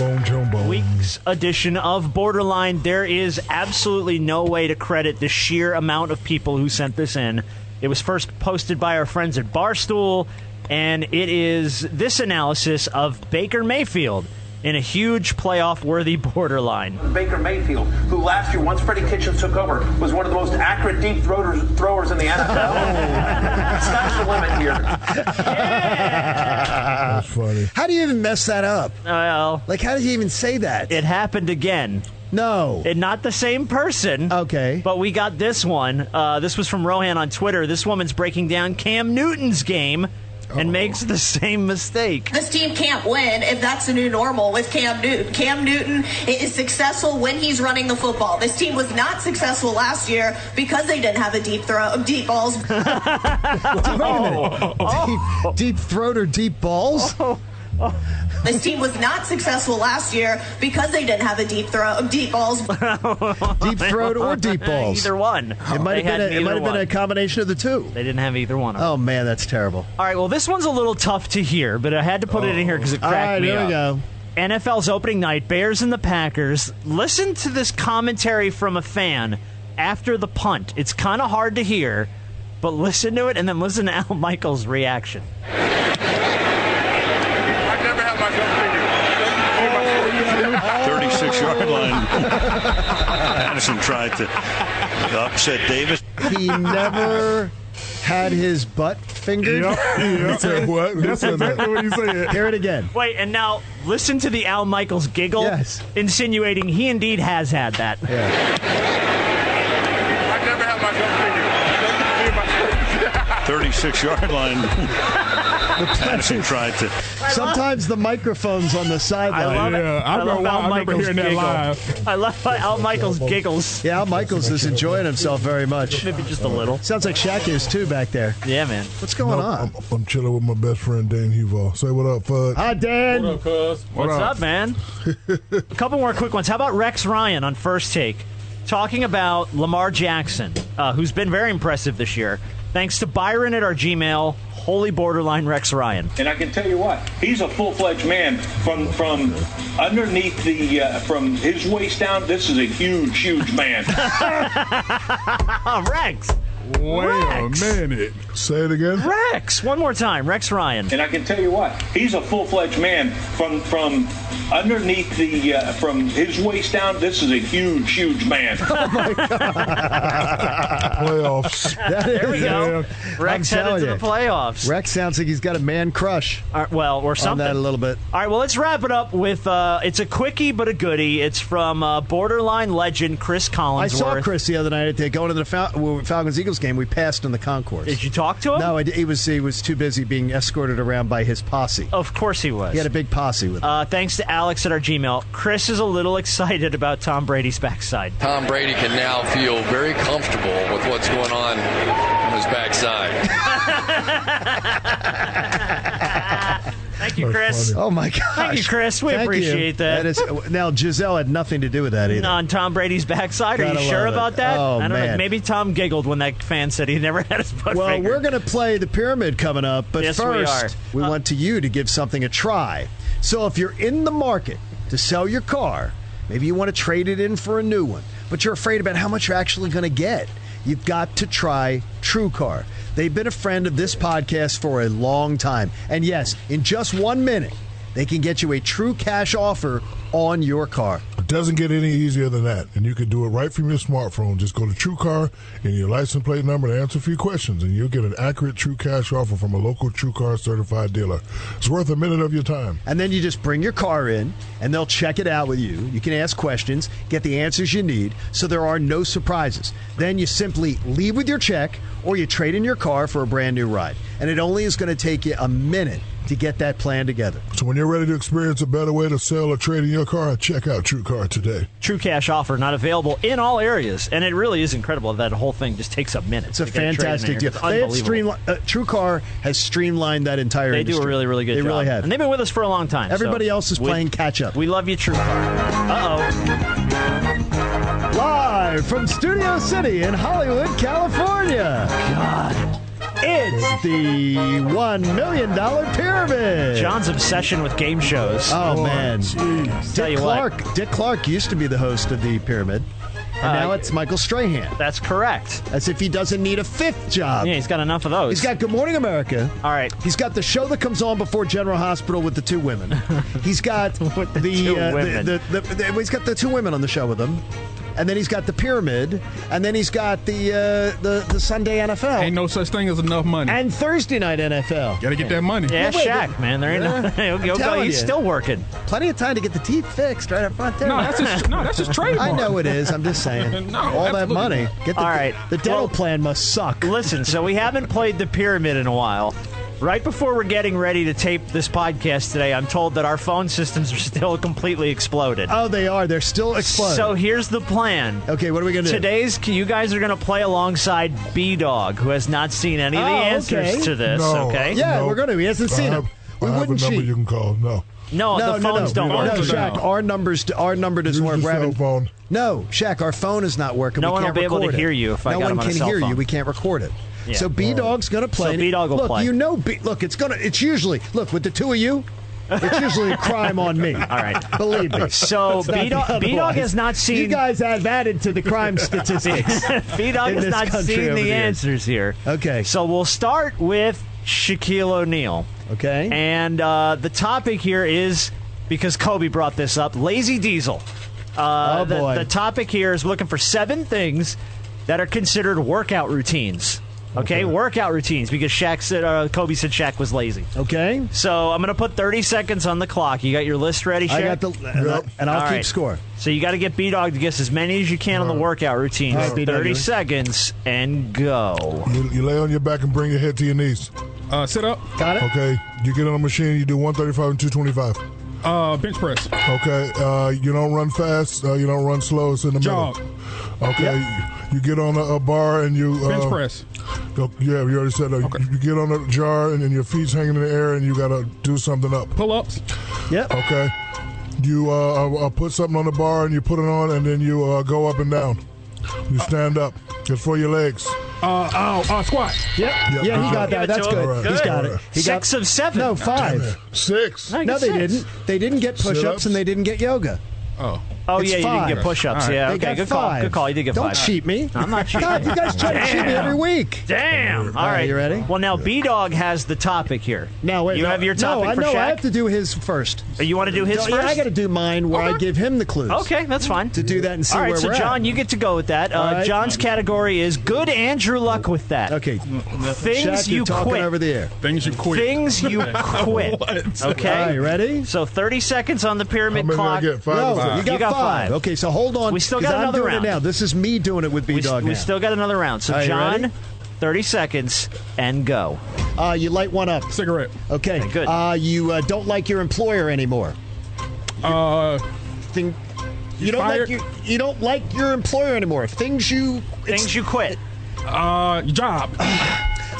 S11: week's edition of Borderline, there is absolutely no way to credit the sheer amount of people who sent this in. It was first posted by our friends at Barstool, and it is this analysis of Baker Mayfield in a huge playoff worthy borderline.
S22: Baker Mayfield, who last year, once Freddie Kitchens took over, was one of the most accurate deep throwers, throwers in the
S11: Oh.
S22: NFL. Sky's the limit here.
S3: That's funny. How do you even mess that up?
S11: Well,
S3: like, how did you even say that?
S11: It happened again.
S3: No.
S11: And not the same person.
S3: Okay.
S11: But we got this one. Uh, this was from Rohan on Twitter. This woman's breaking down Cam Newton's game and makes the same mistake.
S23: This team can't win if that's the new normal with Cam Newton. Cam Newton is successful when he's running the football. This team was not successful last year because they didn't have a deep throw, deep balls.
S3: Deep, deep throat or deep balls?
S23: this team was not successful last year because they didn't have a deep throw, deep balls.
S3: Deep throat or deep balls?
S11: Either one.
S3: It might
S11: They
S3: have been.
S11: had
S3: A, it
S11: neither
S3: might have been
S11: one.
S3: a combination of the two.
S11: They didn't have either one. Of them.
S3: Oh man, that's terrible.
S11: All right, well, this one's a little tough to hear, but I had to put it in here because it
S3: All
S11: cracked
S3: right,
S11: me
S3: here we
S11: up. NFL's opening night, Bears and the Packers. Listen to this commentary from a fan after the punt. It's kind of hard to hear, but listen to it and then listen to Al Michaels' reaction.
S9: I've never had my gun
S24: 36 yard line. Anderson tried to upset Davis.
S3: He never had his butt fingered.
S24: Yep, yep.
S3: He said
S24: what?
S3: That's exactly what he said. Hear it again.
S11: Wait, and now listen to the Al Michaels giggle, insinuating he indeed has had that.
S9: I've never had my gun
S24: 36 yard line. Anderson tried to.
S3: Sometimes the microphone's on the sideline.
S11: I love it. love Al Michaels giggle. I love Al Michaels giggles.
S3: Yeah, Al Michaels is enjoying himself very much.
S11: Maybe just a little.
S3: Sounds like Shaq is too back there.
S11: Yeah, man.
S3: What's going
S4: No,
S3: on?
S4: I'm, I'm chilling with my best friend Dane Huval. Say what up, Fud.
S3: Hi, Dan.
S4: What up, cuz?
S11: What's up, man? a couple more quick ones. How about Rex Ryan on first take, talking about Lamar Jackson, uh, who's been very impressive this year, thanks to Byron at our Gmail, holy borderline Rex Ryan.
S25: And I can tell you what, he's a full-fledged man from from underneath the uh, from his waist down. This is a huge, huge man.
S11: Rex. Rex.
S4: minute. Say it again.
S11: Rex. One more time. Rex Ryan.
S25: And I can tell you what, he's a full-fledged man from from underneath the uh, from his waist down. This is a huge, huge man.
S4: Playoffs.
S11: There we go. Rex
S3: I'm
S11: headed
S3: telling
S11: to the
S3: you.
S11: playoffs. Uh,
S3: Rex sounds like he's got a man crush.
S11: well, or
S3: On
S11: something.
S3: that a little bit.
S11: All right, well, let's wrap it up with uh, it's a quickie but a goodie. It's from uh, borderline legend Chris Collinsworth.
S3: I saw Chris the other night at the going to the Fal- Falcons Eagles game. We passed in the concourse. Did
S11: you talk to him?
S3: No, I di- he was he was too busy being escorted around by his posse.
S11: Of course he was.
S3: He had a big posse with him.
S11: Oh, Uh, thanks to Alex at our Gmail. Chris is a little excited about Tom Brady's backside.
S15: Tom Brady can now feel very comfortable with what's going on on his backside.
S11: Thank you, Chris.
S3: Oh my gosh!
S11: Thank you, Chris. We
S3: Thank you.
S11: appreciate that.
S3: that is, now Giselle had nothing to do with that either.
S11: on Tom Brady's backside. Are
S3: Gotta
S11: you sure
S3: love it.
S11: about that?
S3: Oh,
S11: I don't know.
S3: man.
S11: Maybe Tom giggled when that fan said he never had his butt
S3: well,
S11: fingered.
S3: we're going to play the pyramid coming up, but
S11: Yes, we Uh,
S3: first, we, want to you to give something a try. So if you're in the market to sell your car, maybe you want to trade it in for a new one, but you're afraid about how much you're actually going to get. You've got to try TrueCar. They've been a friend of this podcast for a long time. And yes, in just one minute, they can get you a true cash offer on your car.
S4: It doesn't get any easier than that, and you can do it right from your smartphone. Just go to TrueCar and your license plate number and answer a few questions, and you'll get an accurate True Cash offer from a local TrueCar certified dealer. It's worth a minute of your time.
S3: And then you just bring your car in and they'll check it out with you. You can ask questions, get the answers you need, so there are no surprises. Then you simply leave with your check or you trade in your car for a brand new ride. And it only is going to take you a minute to get that plan together.
S4: So when you're ready to experience a better way to sell or trade in your car, check out TrueCar today.
S11: True cash offer not available in all areas, and it really is incredible that whole thing just takes a minute.
S3: It's a fantastic deal. They have streamlined, uh, True Car has streamlined that entire
S11: They do
S3: industry.
S11: a really, really good
S3: They
S11: job.
S3: really have.
S11: And they've been with us for a long time. so
S3: Everybody else is
S11: we-
S3: playing catch up.
S11: We love you, True Uh oh.
S3: Live from Studio City in Hollywood, California. God. It's the $1 million pyramid.
S11: John's obsession with game shows.
S3: Oh,
S11: Oh,
S3: man.
S11: Tell
S3: Dick
S11: you what.
S3: Clark. Dick Clark used to be the host of the pyramid. And
S11: Uh,
S3: now it's Michael Strahan.
S11: That's correct.
S3: As if he doesn't need a fifth job.
S11: Yeah, he's got enough of those.
S3: Uh, He's got Good Morning America.
S11: All right.
S3: He's got the show that comes on before General Hospital with the two women. He's got the,
S11: two
S3: uh,
S11: women.
S3: The, the, the, the- he's got the two women on the show with him. And then he's got the pyramid, and then he's got the uh, the, the Sunday NFL. Ain't
S9: no such thing as enough money.
S3: And Thursday night NFL.
S9: Gotta get that money.
S11: Yeah,
S3: No, wait,
S11: Shaq,
S3: but-
S11: man. There ain't
S3: Yeah.
S11: no, he'll
S3: I'm
S11: go-
S3: telling
S11: he's
S3: you.
S11: still working.
S3: Plenty of time to get the teeth fixed right up front there.
S9: No, that's his- no, that's his
S3: I
S9: trademark.
S3: know it is. I'm just saying.
S9: No,
S3: all that
S9: absolutely
S3: money.
S9: not.
S3: Get the,
S11: All right.
S3: The dental plan must suck.
S11: Listen, so we haven't played the pyramid in a while. Right before we're getting ready to tape this podcast today, I'm told that our phone systems are still completely exploded.
S3: Oh, they are. They're still exploding.
S11: So here's the plan.
S3: Okay, what are we gonna do?
S11: Today's you guys are gonna play alongside B Dog, who has not seen any of the
S3: Oh,
S11: answers
S3: okay.
S11: to this.
S4: No, uh,
S11: okay.
S3: Yeah,
S4: No.
S3: we're going to. He hasn't
S4: I
S3: seen
S4: have-
S3: him. We
S4: I have
S3: wouldn't
S4: a number
S3: cheat.
S4: you can call. No.
S11: No, the phones don't
S3: no,
S11: work.
S3: No,
S11: Phones are
S3: Shaq,
S11: down.
S3: our numbers, our number doesn't
S4: Use
S3: work.
S4: the
S3: We're
S4: cell
S3: having-
S4: phone.
S3: No, Shaq, our phone is not working.
S11: No
S3: we
S11: one
S3: can't
S11: will be able to
S3: record it.
S11: hear you if I
S3: no
S11: got
S3: one
S11: him on
S3: can
S11: a cell
S3: hear you.
S11: phone.
S3: We can't record it.
S11: Yeah.
S3: So B Dog's gonna play.
S11: So B-Dog will
S3: look,
S11: play.
S3: you know, B- look, it's gonna. It's usually look with the two of you. It's usually a crime on me. All
S11: right,
S3: believe me.
S11: So
S3: It's not
S11: B-Dog- B-Dog
S3: otherwise.
S11: has not
S3: You
S11: seen-
S3: guys have added to the crime statistics.
S11: B Dog
S3: in
S11: has
S3: this
S11: not
S3: country
S11: seen
S3: over
S11: the,
S3: the years.
S11: answers here.
S3: Okay.
S11: So we'll start with Shaquille O'Neal.
S3: Okay.
S11: And uh, the topic here is because Kobe brought this up Lazy Diesel. Uh,
S3: Oh,
S11: the-
S3: boy.
S11: The, topic here is looking for seven things that are considered workout routines. Okay, workout routines because Shaq said uh, Kobe said Shaq was lazy.
S3: Okay.
S11: So I'm going to put 30 seconds on the clock. You got your list ready, Shaq?
S3: I got the and, I, and I'll
S11: All
S3: keep
S11: right.
S3: score.
S11: So you got to get B Dog to guess as many as you can on the workout routine.
S3: All right, B-Dog,
S11: Thirty
S3: you-
S11: seconds and go.
S4: You, you lay on your back and bring your head to your knees.
S9: Uh, sit up.
S3: Got it.
S4: Okay. You get on a machine. You do 135 and 225.
S9: Uh, bench press.
S4: Okay, uh, you don't run fast. Uh, you don't run slow. It's in the
S9: Jog.
S4: middle. Okay, you get on a, a bar and you uh,
S9: Bench press.
S4: go- Yeah, you already said that. You- You, get on a jar and, and your feet's hanging in the air and you gotta do something up.
S9: Pull ups.
S3: Yep.
S4: Okay, you uh, uh, uh, put something on the bar and you put it on and then you uh, go up and down. You stand up. It's for your legs.
S9: Uh, oh, uh, squat.
S3: Yep.
S4: Yep,
S3: yeah, he got
S4: good job.
S3: that. That's
S4: Give it to
S3: good.
S4: him.
S3: He's
S4: Good.
S3: got it. He got-
S11: Six of seven.
S3: No,
S4: Damn
S3: five.
S4: it. Six.
S11: I
S3: No,
S11: got
S3: they
S11: six.
S3: didn't. They didn't get push ups
S4: Sit-ups?
S3: and they didn't get yoga.
S9: Oh.
S11: Oh
S3: It's
S11: yeah, you
S3: five.
S11: didn't get push-ups.
S3: All right.
S11: Yeah,
S3: They
S11: okay,
S3: got
S11: good call.
S3: five.
S11: Good call. You did get
S3: Don't
S11: five.
S3: cheat me.
S11: I'm not cheating.
S3: God, you guys try to cheat me
S11: Damn.
S3: every week.
S11: Damn. All
S3: All right,
S11: right,
S3: you ready?
S11: Well, now B Dog has the topic here.
S3: No, wait.
S11: You
S3: no,
S11: have your topic
S3: No, I
S11: for
S3: know. I
S11: Shaq.
S3: have to do his first.
S11: You want to do his
S3: No,
S11: first?
S3: yeah, I got to do mine where I give him the clues.
S11: Okay, that's fine.
S3: To do that and see
S11: All right,
S3: where
S11: so
S3: we're
S11: John,
S3: at.
S11: you get to go with that.
S3: All
S11: Uh,
S3: right.
S11: John's category is good Andrew Luck with that.
S3: Okay.
S11: Things
S3: Shaq, you're
S11: you
S3: talking
S11: quit.
S3: over the air.
S9: Things you quit.
S11: Things you quit.
S9: What?
S11: Okay.
S3: All right, ready?
S11: So 30 seconds on the pyramid
S4: How many did I
S11: clock.
S4: get? Five
S3: no,
S4: or five?
S3: you got, five. Okay, so hold on.
S11: We still
S3: 'cause
S11: got
S3: I'm
S11: another
S3: doing
S11: round.
S3: It now this is me doing it with B
S11: We,
S3: Dog.
S11: we still got another round. So
S3: All right, you
S11: John,
S3: ready?
S11: 30 seconds and go.
S3: Uh, you light one up.
S9: Cigarette.
S3: Okay.
S11: Okay, good.
S3: Uh, you uh, don't like your employer anymore.
S9: Uh,
S3: Thing. You
S9: You
S3: don't like
S9: fired-
S3: your, you don't like your employer anymore. Things you
S11: Things you quit.
S9: uh, job.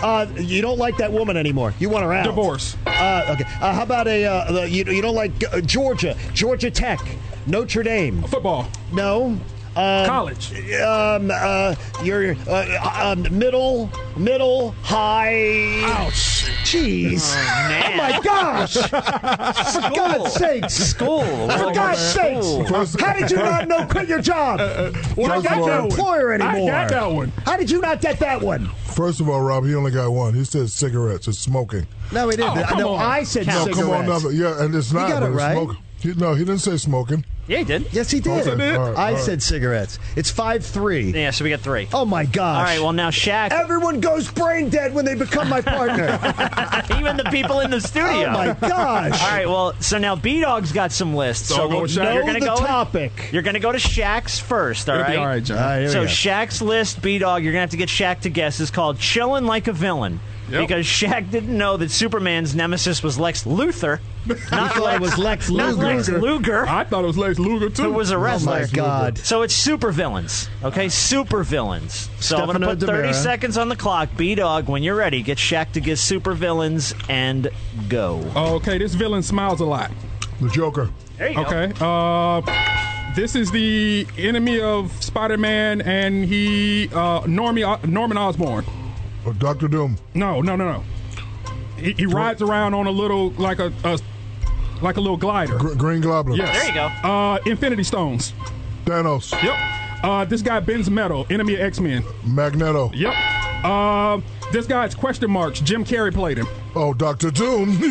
S3: Uh, you don't like that woman anymore. You want her out. Divorce. Uh, okay. Uh, how about a uh, the, you, you don't like uh, Georgia, Georgia Tech, Notre Dame. Football. No. Um, College. Um, uh, your uh, um, middle, middle, high. Ouch. Jeez.
S11: Oh, man.
S3: my gosh. For
S11: School.
S3: God's sakes.
S11: School.
S3: For God's sakes.
S11: School.
S3: How did you not know quit your
S4: Uh,
S3: job? You're
S4: first
S3: not
S4: of all-
S3: your employer
S4: I got
S3: anymore.
S4: that one.
S3: How did you not get that one?
S4: First of all, Rob, he only got one. He said cigarettes. It's smoking.
S3: No, he didn't. Oh, come No, on. I said
S4: no, Come on,
S3: cigarettes.
S4: no, yeah, and it's
S3: He
S4: not.
S3: got
S4: but
S3: it
S4: it's
S3: right.
S4: smoking. He- no, he didn't say smoking.
S11: Yeah, he did.
S3: Yes, he did.
S4: Yes, I did. All right,
S3: I
S4: all right.
S3: said cigarettes. It's five three.
S11: Yeah, so we got three.
S3: Oh my gosh!
S11: All right, well, now Shaq.
S3: Everyone goes brain dead when they become my partner.
S11: Even the people in the studio.
S3: Oh, my gosh.
S11: All right, well, so now B Dog's got some lists.
S3: So
S11: So,
S3: I'll go with
S11: you're
S3: Shaq.
S11: gonna
S3: Know
S11: go
S3: the topic.
S11: You're going to go to Shaq's first, all
S3: It'll
S11: right?
S3: be all right, John. All right, here we
S11: so
S3: go.
S11: Shaq's list, B Dog, you're going to have to get Shaq to guess, is called Chillin' Like a Villain. Because Shaq didn't know that Superman's nemesis was Lex Luthor, not
S9: thought
S11: Lex,
S9: it was Lex
S11: not
S9: Luger.
S11: Lex Luger. Oh,
S9: I thought it was Lex Luger too.
S11: Who was a wrestler?
S9: God.
S11: So it's super villains, okay? Super villains. So I'm
S9: Stefano
S11: gonna put 30
S9: Demira.
S11: seconds on the clock. B Dog, when you're ready, get Shaq to get super villains and go.
S9: Okay, this villain smiles a lot.
S4: The Joker.
S11: There you go.
S9: okay. Uh, this is the enemy of Spider-Man, and he uh, Normie, Norman Osborn.
S4: Or Doctor Doom.
S9: No, no, no, no. He, he rides around on a little like a, a like a little glider.
S4: Green Goblin.
S9: Yes.
S4: There you
S11: go.
S9: Uh, Infinity Stones.
S4: Thanos.
S9: Yep. Uh, this guy bends metal. Enemy of X Men.
S4: Magneto.
S9: Yep. Uh, this guy's question marks. Jim Carrey played him.
S4: Oh, Doctor Doom.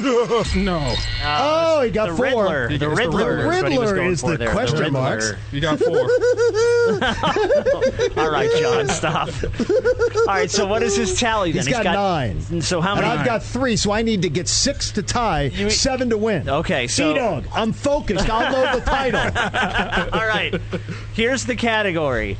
S9: no.
S3: oh, he got
S9: the
S3: four.
S9: Riddler. The
S3: It's
S9: Riddler is what he was
S3: Riddler
S9: going
S3: is
S9: for
S3: the
S9: there, the
S3: question
S9: Riddler.
S3: marks.
S9: You got four.
S11: All right, John, stop. All right, so what is his tally then?
S3: He's got, nine.
S11: So how many?
S3: And I've got three, so I need to get six to tie, seven to win.
S11: Okay, so-
S3: dog, I'm focused. I'll know the title.
S11: All right. Here's the category.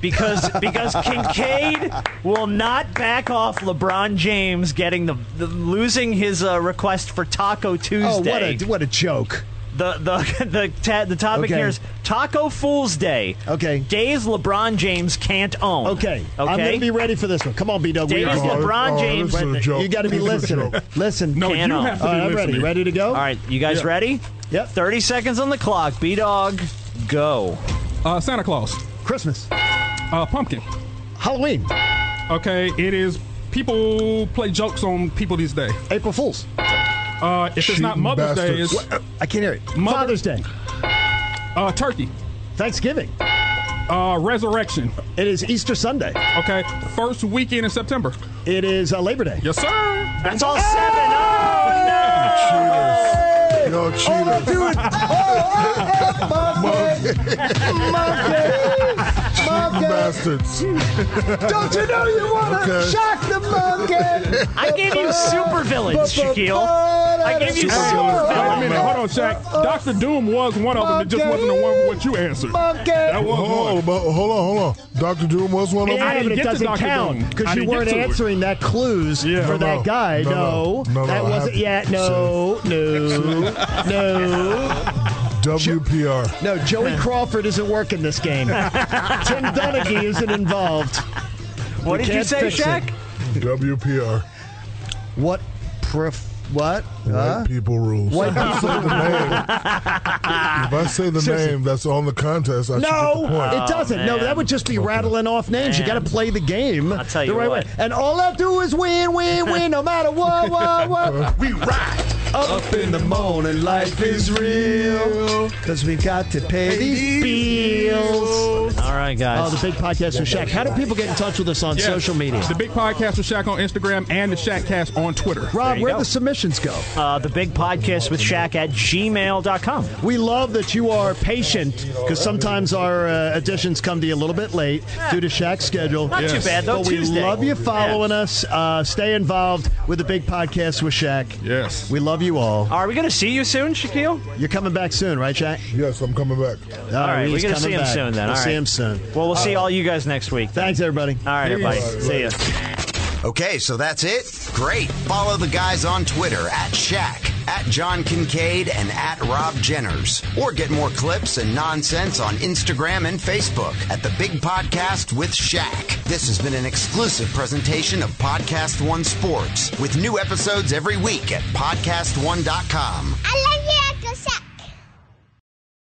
S11: Because because Kincaid will not back off LeBron James getting the, the losing his uh, request for Taco Tuesday.
S3: Oh, what a what a joke.
S11: The the the ta- the topic
S3: Okay.
S11: here is Taco Fool's Day. Okay. Days LeBron James can't own. Okay. Okay.
S3: I'm gonna be ready for this one. Come on, B Dog.
S11: Days LeBron Oh, this James- is a joke.
S3: You got to be
S11: This is a
S3: listening.
S11: joke.
S3: Listen.
S11: No,
S3: Can't
S11: you
S3: own.
S11: have to
S3: All
S11: be
S3: right, I'm ready.
S11: listening.
S3: Ready to go?
S11: All right, you guys ready? Yep. 30 seconds on the clock. B Dog, go.
S9: Uh, Santa Claus.
S3: Christmas.
S9: Uh, pumpkin.
S3: Halloween.
S9: Okay, it is. People play jokes on people these days.
S3: April Fools.
S9: Uh, if it's not
S3: Cheating
S9: Mother's Day,
S3: bastards.
S9: it's
S3: What? I can't hear it. Father's Day.
S9: Uh, turkey.
S3: Thanksgiving.
S9: Uh, resurrection.
S3: It is Easter Sunday.
S9: Okay, first weekend in September.
S3: It is uh, Labor Day.
S9: Yes, sir.
S11: That's all seven.
S4: no.
S11: Oh,
S4: Yo, cheaters.
S3: All I do is, oh, monkey, monkey,
S4: Bastards.
S3: Don't you know you want to
S4: Okay.
S3: shock the monkey?
S11: I gave you super villains, Shaquille. I gave you super
S9: Wait a minute,
S11: villains.
S9: hold on, Shaq. Doctor Doom was one of them. It just wasn't the one what you answered. That was
S4: Hold on,
S9: one.
S4: but- hold on, hold on. Doctor Doom was one of them.
S9: I
S3: Yeah,
S9: didn't
S3: but it
S9: get to
S3: doesn't
S9: Dr. Doom.
S3: count
S9: I
S3: because you
S9: didn't get
S3: weren't
S9: to it.
S3: answering that clues for
S4: No,
S3: that
S4: no.
S3: guy.
S4: No,
S3: No,
S4: no. No, no,
S3: that
S4: I
S3: wasn't.
S4: have-
S3: Yeah, no, no, no.
S4: WPR.
S3: No, Joey Crawford isn't working this game. Tim Donaghy isn't involved.
S11: What
S3: We
S11: did you
S3: can't
S11: say,
S3: fix it.
S11: Shaq?
S4: WPR.
S3: What? Pref- what?
S4: White
S3: Huh?
S4: people rules.
S3: White
S4: if I
S3: people
S4: say the name, if I say the
S3: Seriously.
S4: name that's on the contest, I should get
S3: No,
S4: the point.
S3: it doesn't. no, that would just be rattling off names. You
S11: Oh, Man.
S3: got to play the game I'll
S11: tell you
S3: the right
S11: what.
S3: way. And all I do is win, win, win, no matter what, what, what.
S4: We
S3: ride up in the morning, life is real. Because we got to pay these bills.
S11: All right,
S3: Oh,
S11: guys.
S3: the big podcast with Shaq. How do people get in touch with us on
S9: Yes.
S3: social media?
S9: The Big Podcast with Shaq on Instagram and the Shaqcast on Twitter.
S3: Rob,
S11: you
S3: where
S11: go.
S3: the submissions go?
S11: Uh, the big podcast with Shaq at gmail.com.
S3: We love that you are patient because sometimes our uh, additions come to you a little bit late due to Shaq's schedule.
S11: Not too Yes. bad, though.
S3: But we
S11: Tuesday.
S3: love you following us. Uh, stay involved with the big podcast with Shaq.
S9: Yes.
S3: We love you all.
S11: Are we going to see you soon, Shaquille?
S3: You're coming back soon, right, Shaq?
S4: Yes, I'm coming back.
S11: All right,
S3: he's
S11: we're gonna
S3: coming
S11: see him
S3: back.
S11: soon then.
S3: We'll
S11: All
S3: see
S11: right.
S3: him soon.
S11: Well, we'll see all you guys next week.
S3: Thanks, everybody.
S11: All right, everybody.
S4: Peace.
S11: See ya.
S2: Okay, so that's it. Great. Follow the guys on Twitter at Shaq, at John Kincaid and at Rob Jenners. Or get more clips and nonsense on Instagram and Facebook at The Big Podcast with Shaq. This has been an exclusive presentation of Podcast One Sports with new episodes every week at podcastone.com.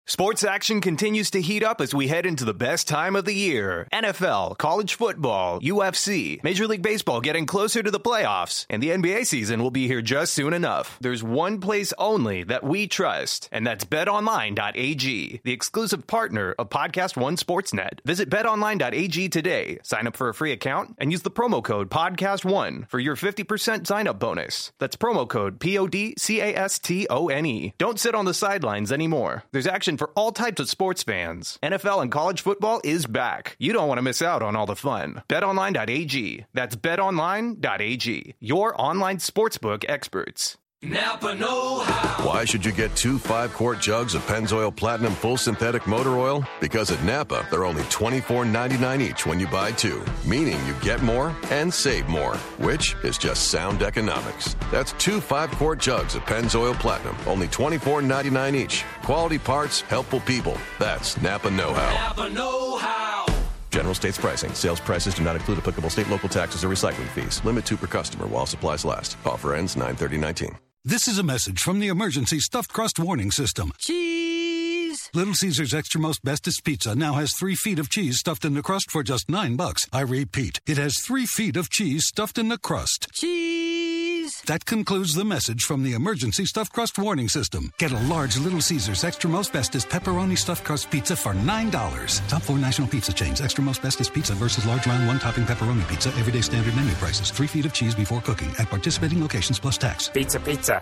S1: Sports action continues to heat up as we head into the best time of the year. NFL, college football, UFC, Major League Baseball getting closer to the playoffs, and the NBA season will be here just soon enough. There's one place only that we trust, and that's betonline.ag, the exclusive partner of Podcast One Sportsnet. Visit betonline.ag today, sign up for a free account, and use the promo code PODCAST1 for your 50% sign up bonus. That's promo code P O D C A S T O N E. Don't sit on the sidelines anymore. There's action for all types of sports fans. NFL and college football is back. You don't want to miss out on all the fun. BetOnline.ag. That's BetOnline.ag. Your online sportsbook experts.
S26: Napa Know How.
S15: Why should you get two five quart jugs of Pennzoil Platinum Full Synthetic Motor Oil? Because at Napa, they're only $24.99 each when you buy two, meaning you get more and save more, which is just sound economics. That's two five quart jugs of Pennzoil Platinum, only $24.99 each. Quality parts, helpful people. That's Napa Know How.
S26: Napa Know How.
S27: General states pricing. Sales prices do not include applicable state local taxes or recycling fees. Limit two per customer while supplies last. Offer ends 93019.
S9: This is a message from the emergency stuffed crust warning system. Cheese! Little Caesar's Extra Most Bestest Pizza now has three feet of cheese stuffed in the crust for just nine bucks. I repeat, it has three feet of cheese stuffed in the crust. Cheese! That concludes the message from the emergency stuffed crust warning system. Get a large Little Caesar's Extra Most Bestest pepperoni stuffed crust pizza for $9. Top four national pizza chains. Extra Most Bestest Pizza versus large round one topping pepperoni pizza. Everyday standard menu prices. Three feet of cheese before cooking at participating locations plus tax.
S28: Pizza, pizza.